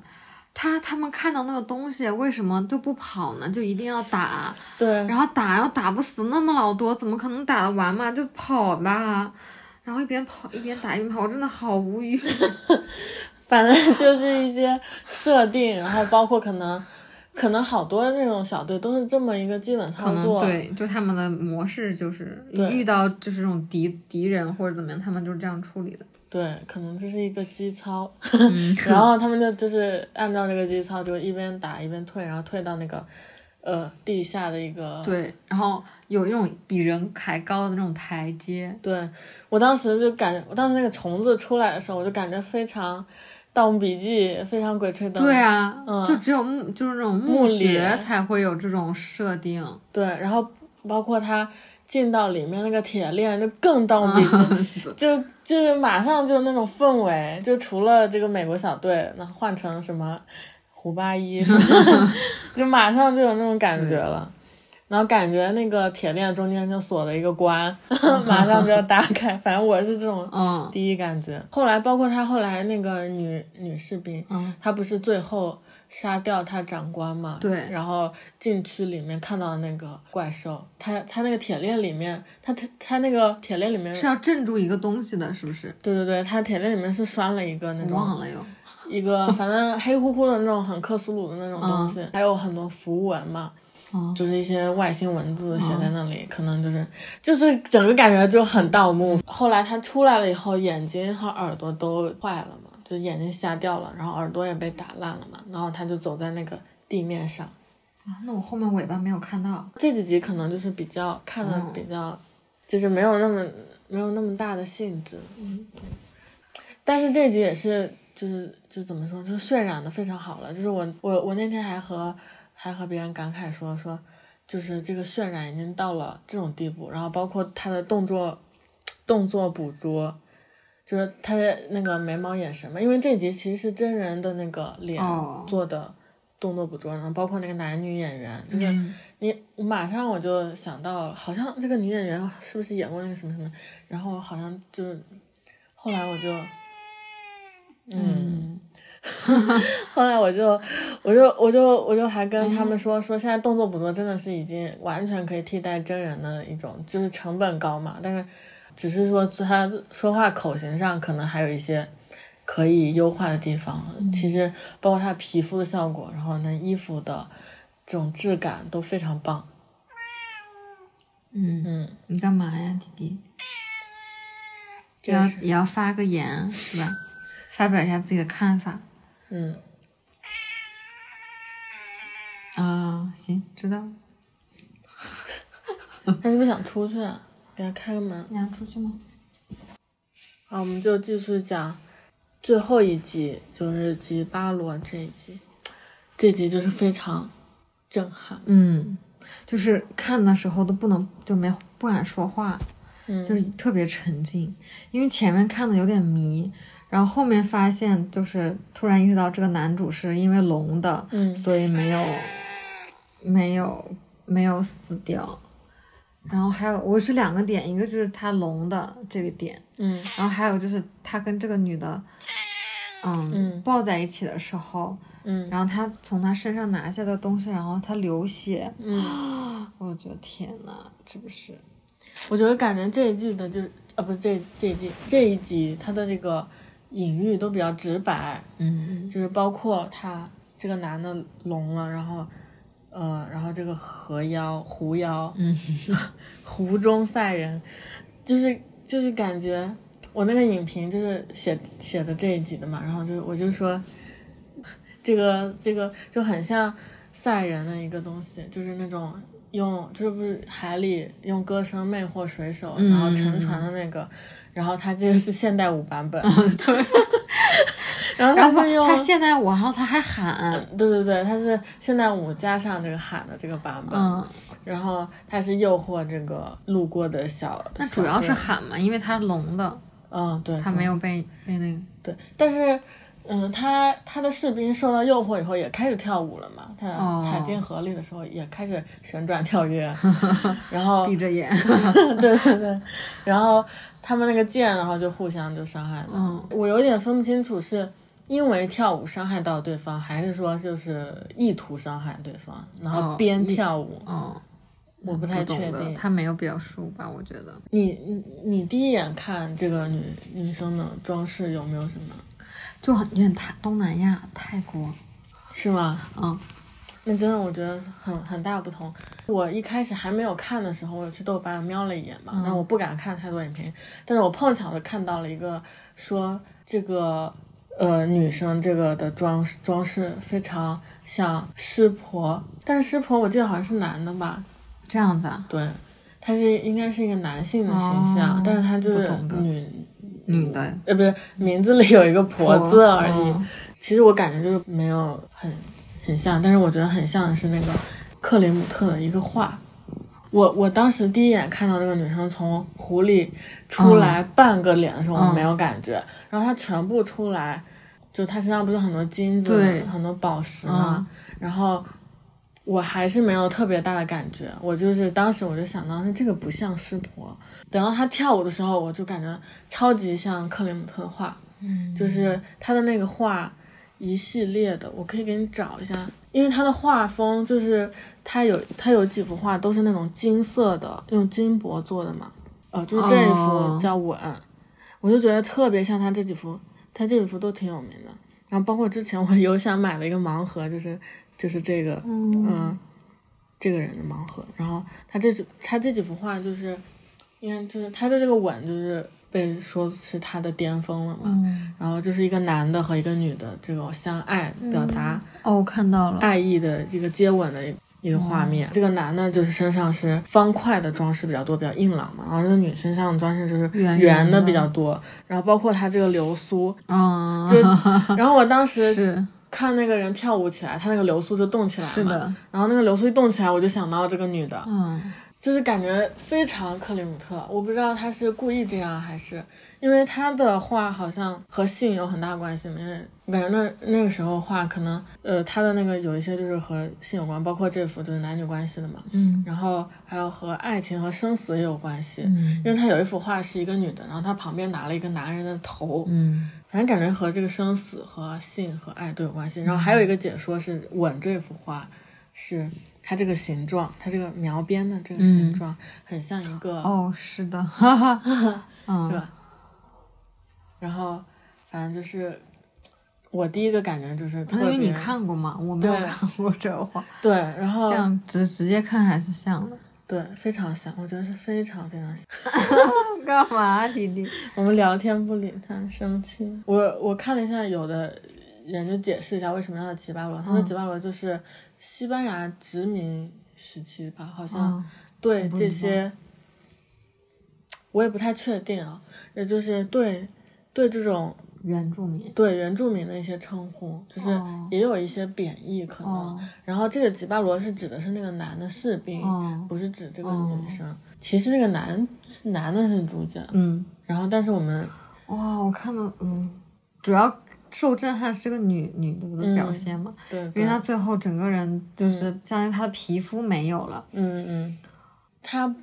Speaker 2: 他他们看到那个东西为什么就不跑呢？就一定要打，
Speaker 1: 对，
Speaker 2: 然后打，然后打不死那么老多，怎么可能打得完嘛？就跑吧，然后一边跑一边打一边跑，我真的好无语。
Speaker 1: 反正就是一些设定，然后包括可能，可能好多那种小队都是这么一个基本操
Speaker 2: 可能
Speaker 1: 作，
Speaker 2: 啊对，就他们的模式就是一
Speaker 1: 对
Speaker 2: 遇到就是这种敌敌人或者怎么样，他们就是这样处理的。
Speaker 1: 对，可能这是一个基操， 然后他们就就是按照这个基操，就一边打一边退，然后退到那个呃地下的一个。
Speaker 2: 对，然后有一种比人还高的那种台阶，
Speaker 1: 对我当时就感觉，我当时那个虫子出来的时候，我就感觉非常《盗墓笔记》，非常《鬼吹灯》
Speaker 2: 对啊，
Speaker 1: 嗯
Speaker 2: 就只有墓，就是那种
Speaker 1: 墓
Speaker 2: 墓
Speaker 1: 穴
Speaker 2: 穴才会有这种设定。
Speaker 1: 对然后包括他进到里面那个铁链，就更《盗墓笔记》
Speaker 2: 啊
Speaker 1: 就就是马上就那种氛围，就除了这个美国小队，那换 成什么胡八一什么，就马上就有那种感觉了。然后感觉那个铁链中间就锁了一个关， 马上就要打开。反正我是这种
Speaker 2: 嗯
Speaker 1: 第一感觉。后来包括他后来那个女女士兵，
Speaker 2: 嗯
Speaker 1: 她不是最后杀掉她长官嘛？
Speaker 2: 对
Speaker 1: 然后禁区里面看到那个怪兽，他他那个铁链里面，他他他那个铁链里面，
Speaker 2: 是要镇住一个东西的，是不是？
Speaker 1: 对对对，他铁链里面是拴了一个那种
Speaker 2: 忘了又。
Speaker 1: 一个反正黑乎乎的那种很克苏鲁的那种东
Speaker 2: 嗯
Speaker 1: 西，还有很多符文嘛，
Speaker 2: 哦
Speaker 1: 就是一些外星文字写在那里，可能就是就是整个感觉就很盗墓。后来他出来了以后，眼睛和耳朵都坏了嘛，就是眼睛瞎掉了，然后耳朵也被打烂了嘛，然后他就走在那个地面上。
Speaker 2: 啊，那我后面尾巴没有看到。
Speaker 1: 这几集可能就是比较看的比较，就是没有那么没有那么大的兴致。嗯，但是这集也是就是就怎么说，就是渲染的非常好了。就是我我我那天还和还和别人感慨说说，就是这个渲染已经到了这种地步，然后包括他的动作动作捕捉。就是他的那个眉毛眼神嘛，因为这集其实是真人的那个脸
Speaker 2: 哦
Speaker 1: 做的动作捕捉，然后包括那个男女演员，就是
Speaker 2: 嗯
Speaker 1: 你马上我就想到了，好像这个女演员是不是演过那个什么什么？然后好像就是，后来我就，嗯， 后来我就，我就，我就，我就还跟他们说、说，现在动作捕捉真的是已经完全可以替代真人的一种，就是成本高嘛，但是只是说他说话口型上可能还有一些可以优化的地方，其实包括他皮肤的效果，然后那衣服的这种质感都非常棒。
Speaker 2: 嗯，
Speaker 1: 嗯，
Speaker 2: 你干嘛呀，弟弟？
Speaker 1: 这
Speaker 2: 也
Speaker 1: 个
Speaker 2: 要
Speaker 1: 是
Speaker 2: 也要发个言是吧？发表一下自己的看法
Speaker 1: 嗯，
Speaker 2: 啊。行，知道了。
Speaker 1: 他是不是想出去啊？给他开个门。
Speaker 2: 你要出去吗？
Speaker 1: 好，我们就继续讲最后一集，就是集巴罗这一集，这集就是非常震撼。
Speaker 2: 嗯，就是看的时候都不能就没不敢说话，
Speaker 1: 嗯，
Speaker 2: 就是特别沉浸，因为前面看的有点迷，然后后面发现就是突然意识到这个男主是因为聋的，
Speaker 1: 嗯
Speaker 2: 所以没有没有没有死掉。然后还有我是两个点，一个就是他聋的这个点，
Speaker 1: 嗯
Speaker 2: 然后还有就是他跟这个女的，嗯，
Speaker 1: 嗯
Speaker 2: 抱在一起的时候，
Speaker 1: 嗯
Speaker 2: 然后他从他身上拿下的东西，然后他流血，
Speaker 1: 嗯，
Speaker 2: 我觉得天呐，这不是
Speaker 1: 我觉得感觉这一季的就是啊，不是这这一季这一集它的这个隐喻都比较直白，
Speaker 2: 嗯
Speaker 1: 就是包括他这个男的聋了，然后，呃，然后这个河妖狐妖，
Speaker 2: 嗯，
Speaker 1: 湖中赛人，就是就是感觉我那个影评就是写写的这一集的嘛，然后就我就说，这个这个就很像赛人的一个东西，就是那种。用就是不是海里用歌声魅惑水手，然后
Speaker 2: 嗯
Speaker 1: 沉船的那个，然后他这个是现代舞版本，对， 然后
Speaker 2: 哦然
Speaker 1: 他
Speaker 2: 后
Speaker 1: 是用
Speaker 2: 他现在我，然后他还喊，
Speaker 1: 嗯对对对，它是现代舞加上这个喊的这个版本，
Speaker 2: 嗯，
Speaker 1: 然后它是诱惑这个路过的小，
Speaker 2: 那
Speaker 1: 小
Speaker 2: 主要是
Speaker 1: 队
Speaker 2: 喊嘛，因为他聋的，
Speaker 1: 嗯，对，
Speaker 2: 他
Speaker 1: 对
Speaker 2: 没有被被那个，
Speaker 1: 对，但是嗯，他他的士兵受到诱惑以后也开始跳舞了嘛，他
Speaker 2: 哦
Speaker 1: 踩进河里的时候也开始旋转跳 跃，然后
Speaker 2: 闭着眼，
Speaker 1: 对对对，然后他们那个剑，然后就互相就伤害了。
Speaker 2: 嗯，
Speaker 1: 我有点分不清楚是因为跳舞伤害到对方，还是说就是意图伤害对方，然后
Speaker 2: 哦
Speaker 1: 边
Speaker 2: 意
Speaker 1: 跳舞。
Speaker 2: 哦，
Speaker 1: 我不太确
Speaker 2: 懂的
Speaker 1: 定。
Speaker 2: 他没有表述吧？我觉得
Speaker 1: 你你你第一眼看这个女女生的装饰有没有什么？
Speaker 2: 就很有点泰东南亚泰国，
Speaker 1: 是吗？
Speaker 2: 嗯
Speaker 1: 那真的我觉得很很大不同。我一开始还没有看的时候，我去豆瓣瞄了一眼嘛，但我
Speaker 2: 嗯
Speaker 1: 不敢看太多影评，但是我碰巧的看到了一个说这个呃女生这个的装饰装饰非常像湿婆，但是湿婆我记得好像是男的吧？
Speaker 2: 这样子啊，
Speaker 1: 对，他是应该是一个男性的形象，
Speaker 2: 哦
Speaker 1: 但是他就
Speaker 2: 我
Speaker 1: 是
Speaker 2: 懂的
Speaker 1: 女
Speaker 2: 女的
Speaker 1: 呃，不是名字里有一个婆字而已。
Speaker 2: 嗯
Speaker 1: 其实我感觉就是没有很很像，但是我觉得很像的是那个克林姆特的一个画。我我当时第一眼看到这个女生从湖里出来半个脸的时候，我没有感觉，
Speaker 2: 嗯
Speaker 1: 然后她全部出来，就她身上不是很多金子
Speaker 2: 对、嗯
Speaker 1: 很多宝石嘛，然后我还是没有特别大的感觉。我就是当时我就想到，那这个不像师婆。等到她跳舞的时候，我就感觉超级像克里姆特的画，
Speaker 2: 嗯，
Speaker 1: 就是她的那个画一系列的，我可以给你找一下，因为她的画风就是她有她有几幅画都是那种金色的，用金箔做的嘛。呃，就是这一
Speaker 2: 哦
Speaker 1: 幅叫《吻》，我就觉得特别像她这几幅，她这几幅都挺有名的。然后包括之前我有想买的一个盲盒，就是就是这个，嗯，这个人的盲盒。然后他这他这几幅画就是，你看，就是他的这个吻就是被说是他的巅峰了嘛。
Speaker 2: 嗯
Speaker 1: 然后就是一个男的和一个女的这种相爱，表达
Speaker 2: 哦，我看到了，
Speaker 1: 爱意的这个接吻的一一个画
Speaker 2: 嗯
Speaker 1: 面。这个男的就是身上是方块的装饰比较多，比较硬朗嘛。然后这个女身上的装饰就是
Speaker 2: 圆
Speaker 1: 圆
Speaker 2: 的
Speaker 1: 的比较多。然后包括他这个流苏，啊
Speaker 2: 嗯，
Speaker 1: 然后我当时
Speaker 2: 是
Speaker 1: 看那个人跳舞起来，他那个流苏就动起来了。
Speaker 2: 是的，
Speaker 1: 然后那个流苏一动起来，我就想到这个女的，
Speaker 2: 嗯
Speaker 1: 就是感觉非常克里姆特。我不知道她是故意这样，还是因为她的画好像和性有很大关系嘛。因为我感觉那那个时候画可能，呃，她的那个有一些就是和性有关，包括这幅就是男女关系的嘛。
Speaker 2: 嗯
Speaker 1: 然后还有和爱情和生死也有关系，
Speaker 2: 嗯
Speaker 1: 因为她有一幅画是一个女的，然后她旁边拿了一个男人的头，
Speaker 2: 嗯
Speaker 1: 反正感觉和这个生死和性和爱都有关系。然后
Speaker 2: 嗯
Speaker 1: 还有一个解说是吻这幅画，是它这个形状，它这个描边的这个形状、很像一个，
Speaker 2: 哦， 是的，哈哈，
Speaker 1: 是
Speaker 2: 嗯
Speaker 1: 吧？然后反正就是我第一个感觉就是特别，
Speaker 2: 因为哦你看过嘛，我没有
Speaker 1: 对
Speaker 2: 看过这画，
Speaker 1: 对，然后
Speaker 2: 这样直直接看还是像的。
Speaker 1: 对非常像，我觉得是非常非常像。
Speaker 2: 干嘛，啊弟弟？
Speaker 1: 我们聊天不理他，生气。我我看了一下，有的人就解释一下为什么要吉巴罗，
Speaker 2: 嗯
Speaker 1: 他说吉巴罗就是西班牙殖民时期吧，好像
Speaker 2: 嗯
Speaker 1: 对
Speaker 2: 不知
Speaker 1: 这些，我也不太确定啊，也就是对对这种
Speaker 2: 原住民。
Speaker 1: 对原住民的一些称呼，就是
Speaker 2: 哦
Speaker 1: 也有一些贬义可能。
Speaker 2: 哦
Speaker 1: 然后这个吉巴罗是指的是那个男的士兵，
Speaker 2: 哦，
Speaker 1: 不是指这个女生。其实这个男是男的是主角，
Speaker 2: 嗯，
Speaker 1: 然后但是我们。
Speaker 2: 哇，我看到，嗯，主要受震撼是个女女的表现嘛，
Speaker 1: 对，
Speaker 2: 因
Speaker 1: 对
Speaker 2: 为她最后整个人就是相当于她的皮肤没有了，
Speaker 1: 嗯，嗯，他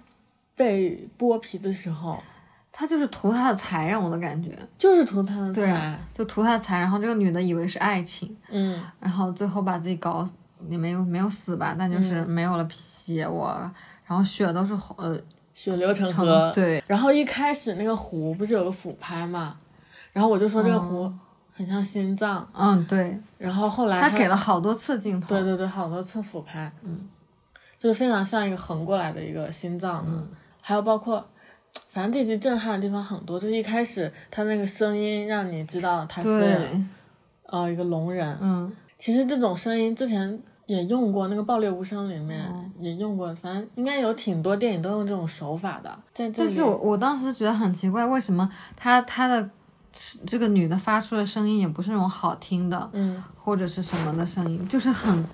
Speaker 1: 被剥皮的时候
Speaker 2: 她就是图她的财，让我的感觉，
Speaker 1: 就是图他的
Speaker 2: 对
Speaker 1: 财，
Speaker 2: 啊，就图她的财，然后这个女的以为是爱情，
Speaker 1: 嗯，
Speaker 2: 然后最后把自己搞死，也没有没有死吧，但就是
Speaker 1: 嗯
Speaker 2: 没有了皮，我。然后血都是红，呃，
Speaker 1: 血流成
Speaker 2: 成
Speaker 1: 河。
Speaker 2: 对，
Speaker 1: 然后一开始那个湖不是有个俯拍嘛，然后我就说这个湖
Speaker 2: 哦
Speaker 1: 很像心脏，
Speaker 2: 嗯，对，
Speaker 1: 然后后来
Speaker 2: 她给了好多次镜头，
Speaker 1: 对对对，好多次俯拍，嗯，就是非常像一个横过来的一个心脏，嗯，还有包括。反正这集震撼的地方很多，就是一开始他那个声音让你知道他是
Speaker 2: 对，
Speaker 1: 呃一个聋人，
Speaker 2: 嗯，
Speaker 1: 其实这种声音之前也用过，那个《爆裂无声》里面
Speaker 2: 哦
Speaker 1: 也用过，反正应该有挺多电影都用这种手法的。在这
Speaker 2: 但
Speaker 1: 里，
Speaker 2: 是我我当时觉得很奇怪，为什么她她的这个女的发出的声音也不是那种好听的，
Speaker 1: 嗯，
Speaker 2: 或者是什么的声音，就是很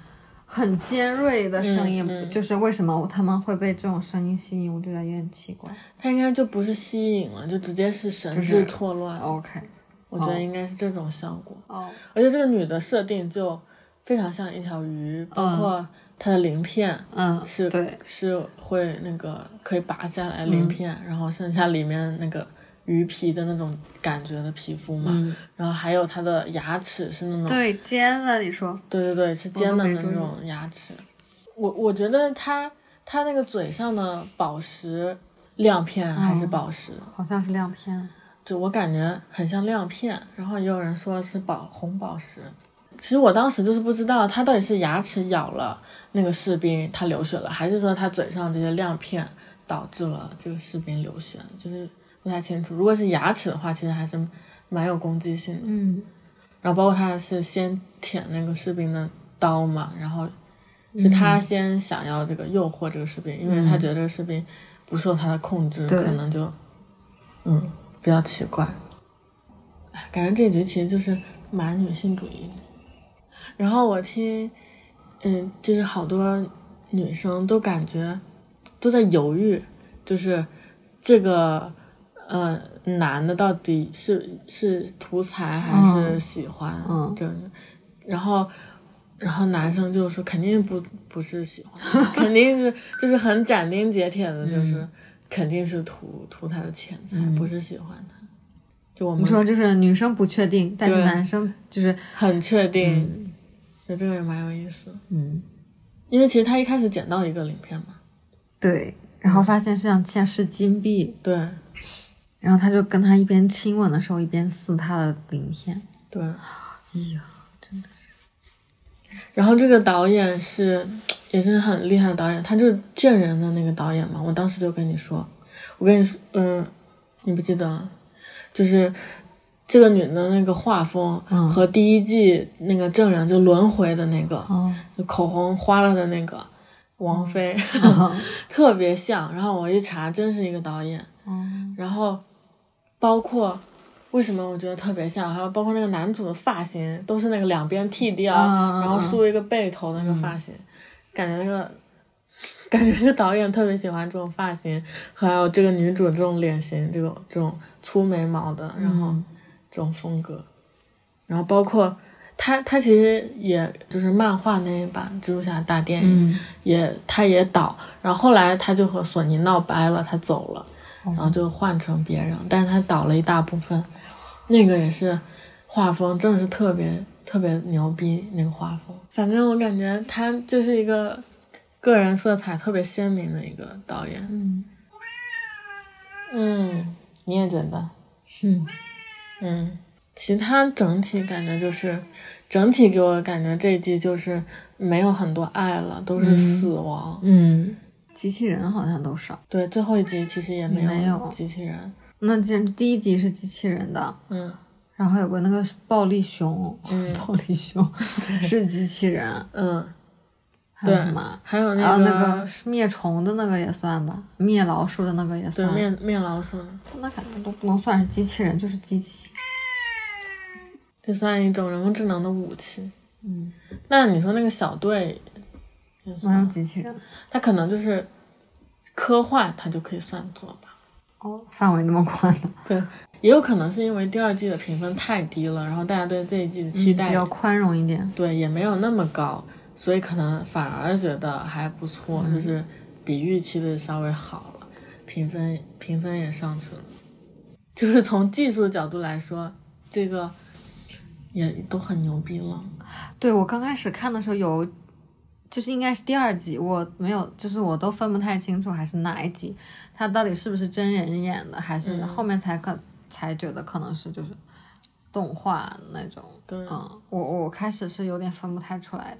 Speaker 2: 很尖锐的声音，
Speaker 1: 嗯嗯
Speaker 2: 就是为什么他们会被这种声音吸引，我觉得有点奇怪。
Speaker 1: 它应该就不是吸引了，就直接是神
Speaker 2: 就是哦
Speaker 1: 志错乱。
Speaker 2: OK，
Speaker 1: 我觉得应该是这种效果。
Speaker 2: 哦，
Speaker 1: 而且这个女的设定就非常像一条鱼，包括她的鳞片。
Speaker 2: 嗯，
Speaker 1: 是
Speaker 2: 对，嗯
Speaker 1: 是会那个可以拔下来鳞片，然后剩下里面那个鱼皮的那种感觉的皮肤嘛，
Speaker 2: 嗯，
Speaker 1: 然后还有她的牙齿是那种
Speaker 2: 对，尖的，你说，
Speaker 1: 对对对，是尖的
Speaker 2: 没注
Speaker 1: 那
Speaker 2: 意
Speaker 1: 种牙齿。我我觉得他他那个嘴上的宝石亮片还
Speaker 2: 嗯
Speaker 1: 是宝石，
Speaker 2: 好像是亮片，
Speaker 1: 就我感觉很像亮片。然后也有人说是宝红宝石。其实我当时就是不知道他到底是牙齿咬了那个士兵，他流血了，还是说他嘴上这些亮片导致了这个士兵流血，就是不太清楚。如果是牙齿的话，其实还是蛮有攻击性的。
Speaker 2: 嗯，
Speaker 1: 然后包括他是先舔那个士兵的刀嘛，然后是他先想要这个诱惑这个士兵，因为他觉得这个士兵不受他的控制，
Speaker 2: 对
Speaker 1: 可能就嗯比较奇怪。哎感觉这一局其实就是蛮女性主义的。然后我听，嗯，就是好多女生都感觉都在犹豫，就是这个呃男的到底是是图财还是喜欢，
Speaker 2: 嗯
Speaker 1: 这，然后然后男生就说肯定不不是喜欢，肯定是就是很斩钉截铁的，
Speaker 2: 嗯
Speaker 1: 就是、肯定是图图他的钱财，不是喜欢他。就我
Speaker 2: 你
Speaker 1: 们
Speaker 2: 说就是女生不确定，但是
Speaker 1: 对
Speaker 2: 男生就是
Speaker 1: 很确定，那、这个也蛮有意思，
Speaker 2: 嗯
Speaker 1: 因为其实他一开始捡到一个鳞片嘛，
Speaker 2: 对，然后发现像像是金币，
Speaker 1: 对
Speaker 2: 然后他就跟他一边亲吻的时候一边撕他的鳞片，
Speaker 1: 对。
Speaker 2: 哎呀，
Speaker 1: 然后这个导演是也是很厉害的导演，他就是《证人》的那个导演嘛。我当时就跟你说，我跟你说，嗯，你不记得啊，就是这个女的那个画风
Speaker 2: 嗯
Speaker 1: 和第一季那个《证人》就轮回的那个，
Speaker 2: 哦，
Speaker 1: 就口红花了的那个
Speaker 2: 嗯
Speaker 1: 王菲、
Speaker 2: 哦
Speaker 1: 特别像。然后我一查，真是一个导演。
Speaker 2: 嗯
Speaker 1: 然后包括为什么我觉得特别像，还有包括那个男主的发型都是那个两边剃掉，
Speaker 2: 嗯嗯嗯
Speaker 1: 然后梳一个背头的那个发型，感觉那个感觉那个导演特别喜欢这种发型，还有这个女主这种脸型，这种这种粗眉毛的，然后
Speaker 2: 嗯
Speaker 1: 这种风格，然后包括。他他其实也就是漫画那一版蜘蛛侠大电影，
Speaker 2: 嗯，
Speaker 1: 也他也倒，然后后来他就和索尼闹掰了，他走了，然后就换成别人，但是他倒了一大部分，那个也是画风真的是特别特别牛逼那个画风，反正我感觉他就是一个个人色彩特别鲜明的一个导演，
Speaker 2: 嗯
Speaker 1: 嗯，你也觉得？
Speaker 2: 嗯
Speaker 1: 嗯，其他整体感觉就是，整体给我感觉这一季就是没有很多爱了，都是死亡。
Speaker 2: 嗯，机器人好像都少。
Speaker 1: 对，最后一集其实也没
Speaker 2: 没有
Speaker 1: 机器人。
Speaker 2: 那既然第一集是机器人的，
Speaker 1: 嗯
Speaker 2: 然后有个那个暴力熊， 暴力熊是机器人，
Speaker 1: 嗯，
Speaker 2: 还有
Speaker 1: 对
Speaker 2: 什么？
Speaker 1: 还有
Speaker 2: 然
Speaker 1: 那
Speaker 2: 后
Speaker 1: 个、
Speaker 2: 啊哦那个灭虫的那个也算吧，灭老鼠的那个也
Speaker 1: 对
Speaker 2: 算，
Speaker 1: 灭灭老鼠，
Speaker 2: 那感觉都不能算是机器人，就是机器。
Speaker 1: 这算一种人工智能的武器。
Speaker 2: 嗯，
Speaker 1: 那你说那个小队，也
Speaker 2: 哪有
Speaker 1: 算，
Speaker 2: 机器人？
Speaker 1: 它可能就是科幻，它就可以算作吧。
Speaker 2: 哦，范围那么宽的，
Speaker 1: 对，也有可能是因为第二季的评分太低了，然后大家对这一季的期
Speaker 2: 嗯比
Speaker 1: 待、
Speaker 2: 较宽容一点。
Speaker 1: 对也没有那么高，所以可能反而觉得还不错，
Speaker 2: 嗯
Speaker 1: 就是比预期的稍微好了，评分评分也上去了。就是从技术角度来说，这个也都很牛逼了。
Speaker 2: 对我刚开始看的时候有，就是应该是第二集，我没有，就是我都分不太清楚还是哪一集，他到底是不是真人演的，还
Speaker 1: 嗯
Speaker 2: 是后面才可、才觉得可能是就是动画那种。
Speaker 1: 对
Speaker 2: 嗯，我我开始是有点分不太出来的，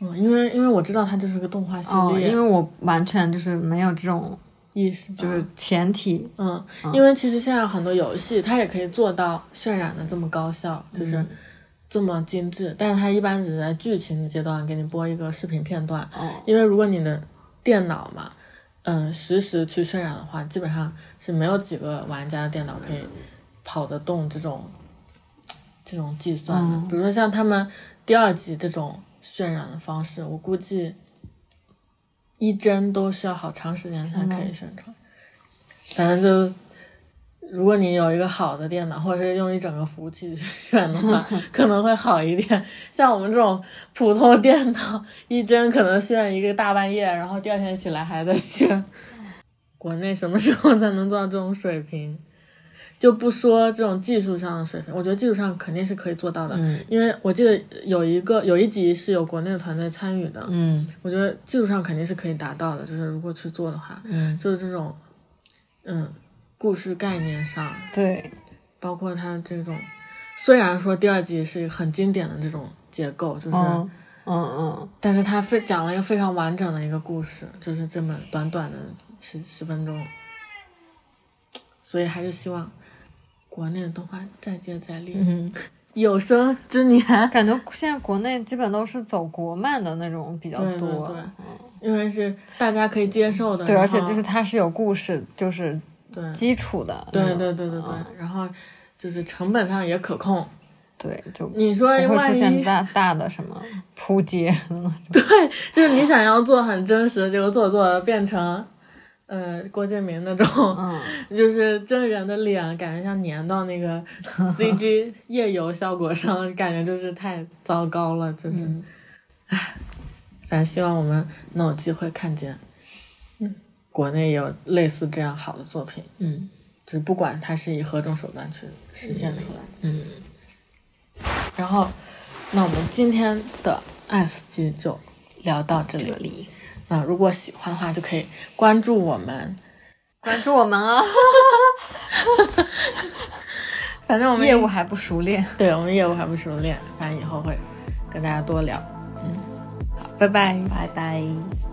Speaker 1: 嗯，因为因为我知道它就是个动画系
Speaker 2: 哦，
Speaker 1: 列，
Speaker 2: 因为我完全就是没有这种
Speaker 1: 意识到
Speaker 2: 就是前提，
Speaker 1: 嗯，因为其实现在很多游戏它也可以做到渲染的这么高效，就是这么精致，但是它一般只是在剧情的阶段给你播一个视频片段，
Speaker 2: 哦，
Speaker 1: 因为如果你的电脑嘛，嗯，实时去渲染的话，基本上是没有几个玩家的电脑可以跑得动这种这种计算的。比如说像他们第二集这种渲染的方式，我估计一帧都需要好长时间才可以生成。反正就是。如果你有一个好的电脑，或者是用一整个服务器去选的话，可能会好一点。像我们这种普通电脑，一帧可能炫一个大半夜，然后第二天起来还在炫。国内什么时候才能做到这种水平？就不说这种技术上的水平，我觉得技术上肯定是可以做到的，
Speaker 2: 嗯
Speaker 1: 因为我记得有一个有一集是有国内的团队参与的，
Speaker 2: 嗯
Speaker 1: 我觉得技术上肯定是可以达到的，就是如果去做的话，
Speaker 2: 嗯，
Speaker 1: 就是这种，嗯，故事概念上，
Speaker 2: 对，
Speaker 1: 包括它这种，虽然说第二季是很经典的这种结构，就是、
Speaker 2: 嗯嗯嗯，
Speaker 1: 但是他非讲了一个非常完整的一个故事，就是这么短短的十十分钟，所以还是希望国内的动画再接再厉。
Speaker 2: 嗯，
Speaker 1: 有生之年，
Speaker 2: 感觉现在国内基本都是走国漫的那种比较
Speaker 1: 对对
Speaker 2: 多，
Speaker 1: 对因为是大家可以接受的，
Speaker 2: 对，
Speaker 1: 然
Speaker 2: 而
Speaker 1: 后
Speaker 2: 且就是它是有故事，就是
Speaker 1: 对
Speaker 2: 基础的那
Speaker 1: 对
Speaker 2: 种，
Speaker 1: 对对对对
Speaker 2: 嗯，
Speaker 1: 然后就是成本上也可控。
Speaker 2: 对，就不
Speaker 1: 你说
Speaker 2: 会
Speaker 1: 万
Speaker 2: 出现
Speaker 1: 一
Speaker 2: 大大的什么扑街，
Speaker 1: 就是你想要做很真实，结果做着做着变成呃郭敬明那种，
Speaker 2: 嗯，
Speaker 1: 就是真人的脸，感觉像粘到那个 CG 夜游效果上，感觉就是太糟糕了，就是，唉、反正希望我们能有机会看见，嗯，国内有类似这样好的作品，
Speaker 2: 嗯，
Speaker 1: 就是不管它是以何种手段去实现出来，嗯。然后，那我们今天的 S 级就聊到这里
Speaker 2: 这里
Speaker 1: 啊、如果喜欢的话，就可以关注我们。
Speaker 2: 关注我们啊，
Speaker 1: 反正我们
Speaker 2: 业务还不熟练，
Speaker 1: 对我们业务还不熟练，反正以后会跟大家多聊。嗯，好，拜拜。
Speaker 2: 拜拜。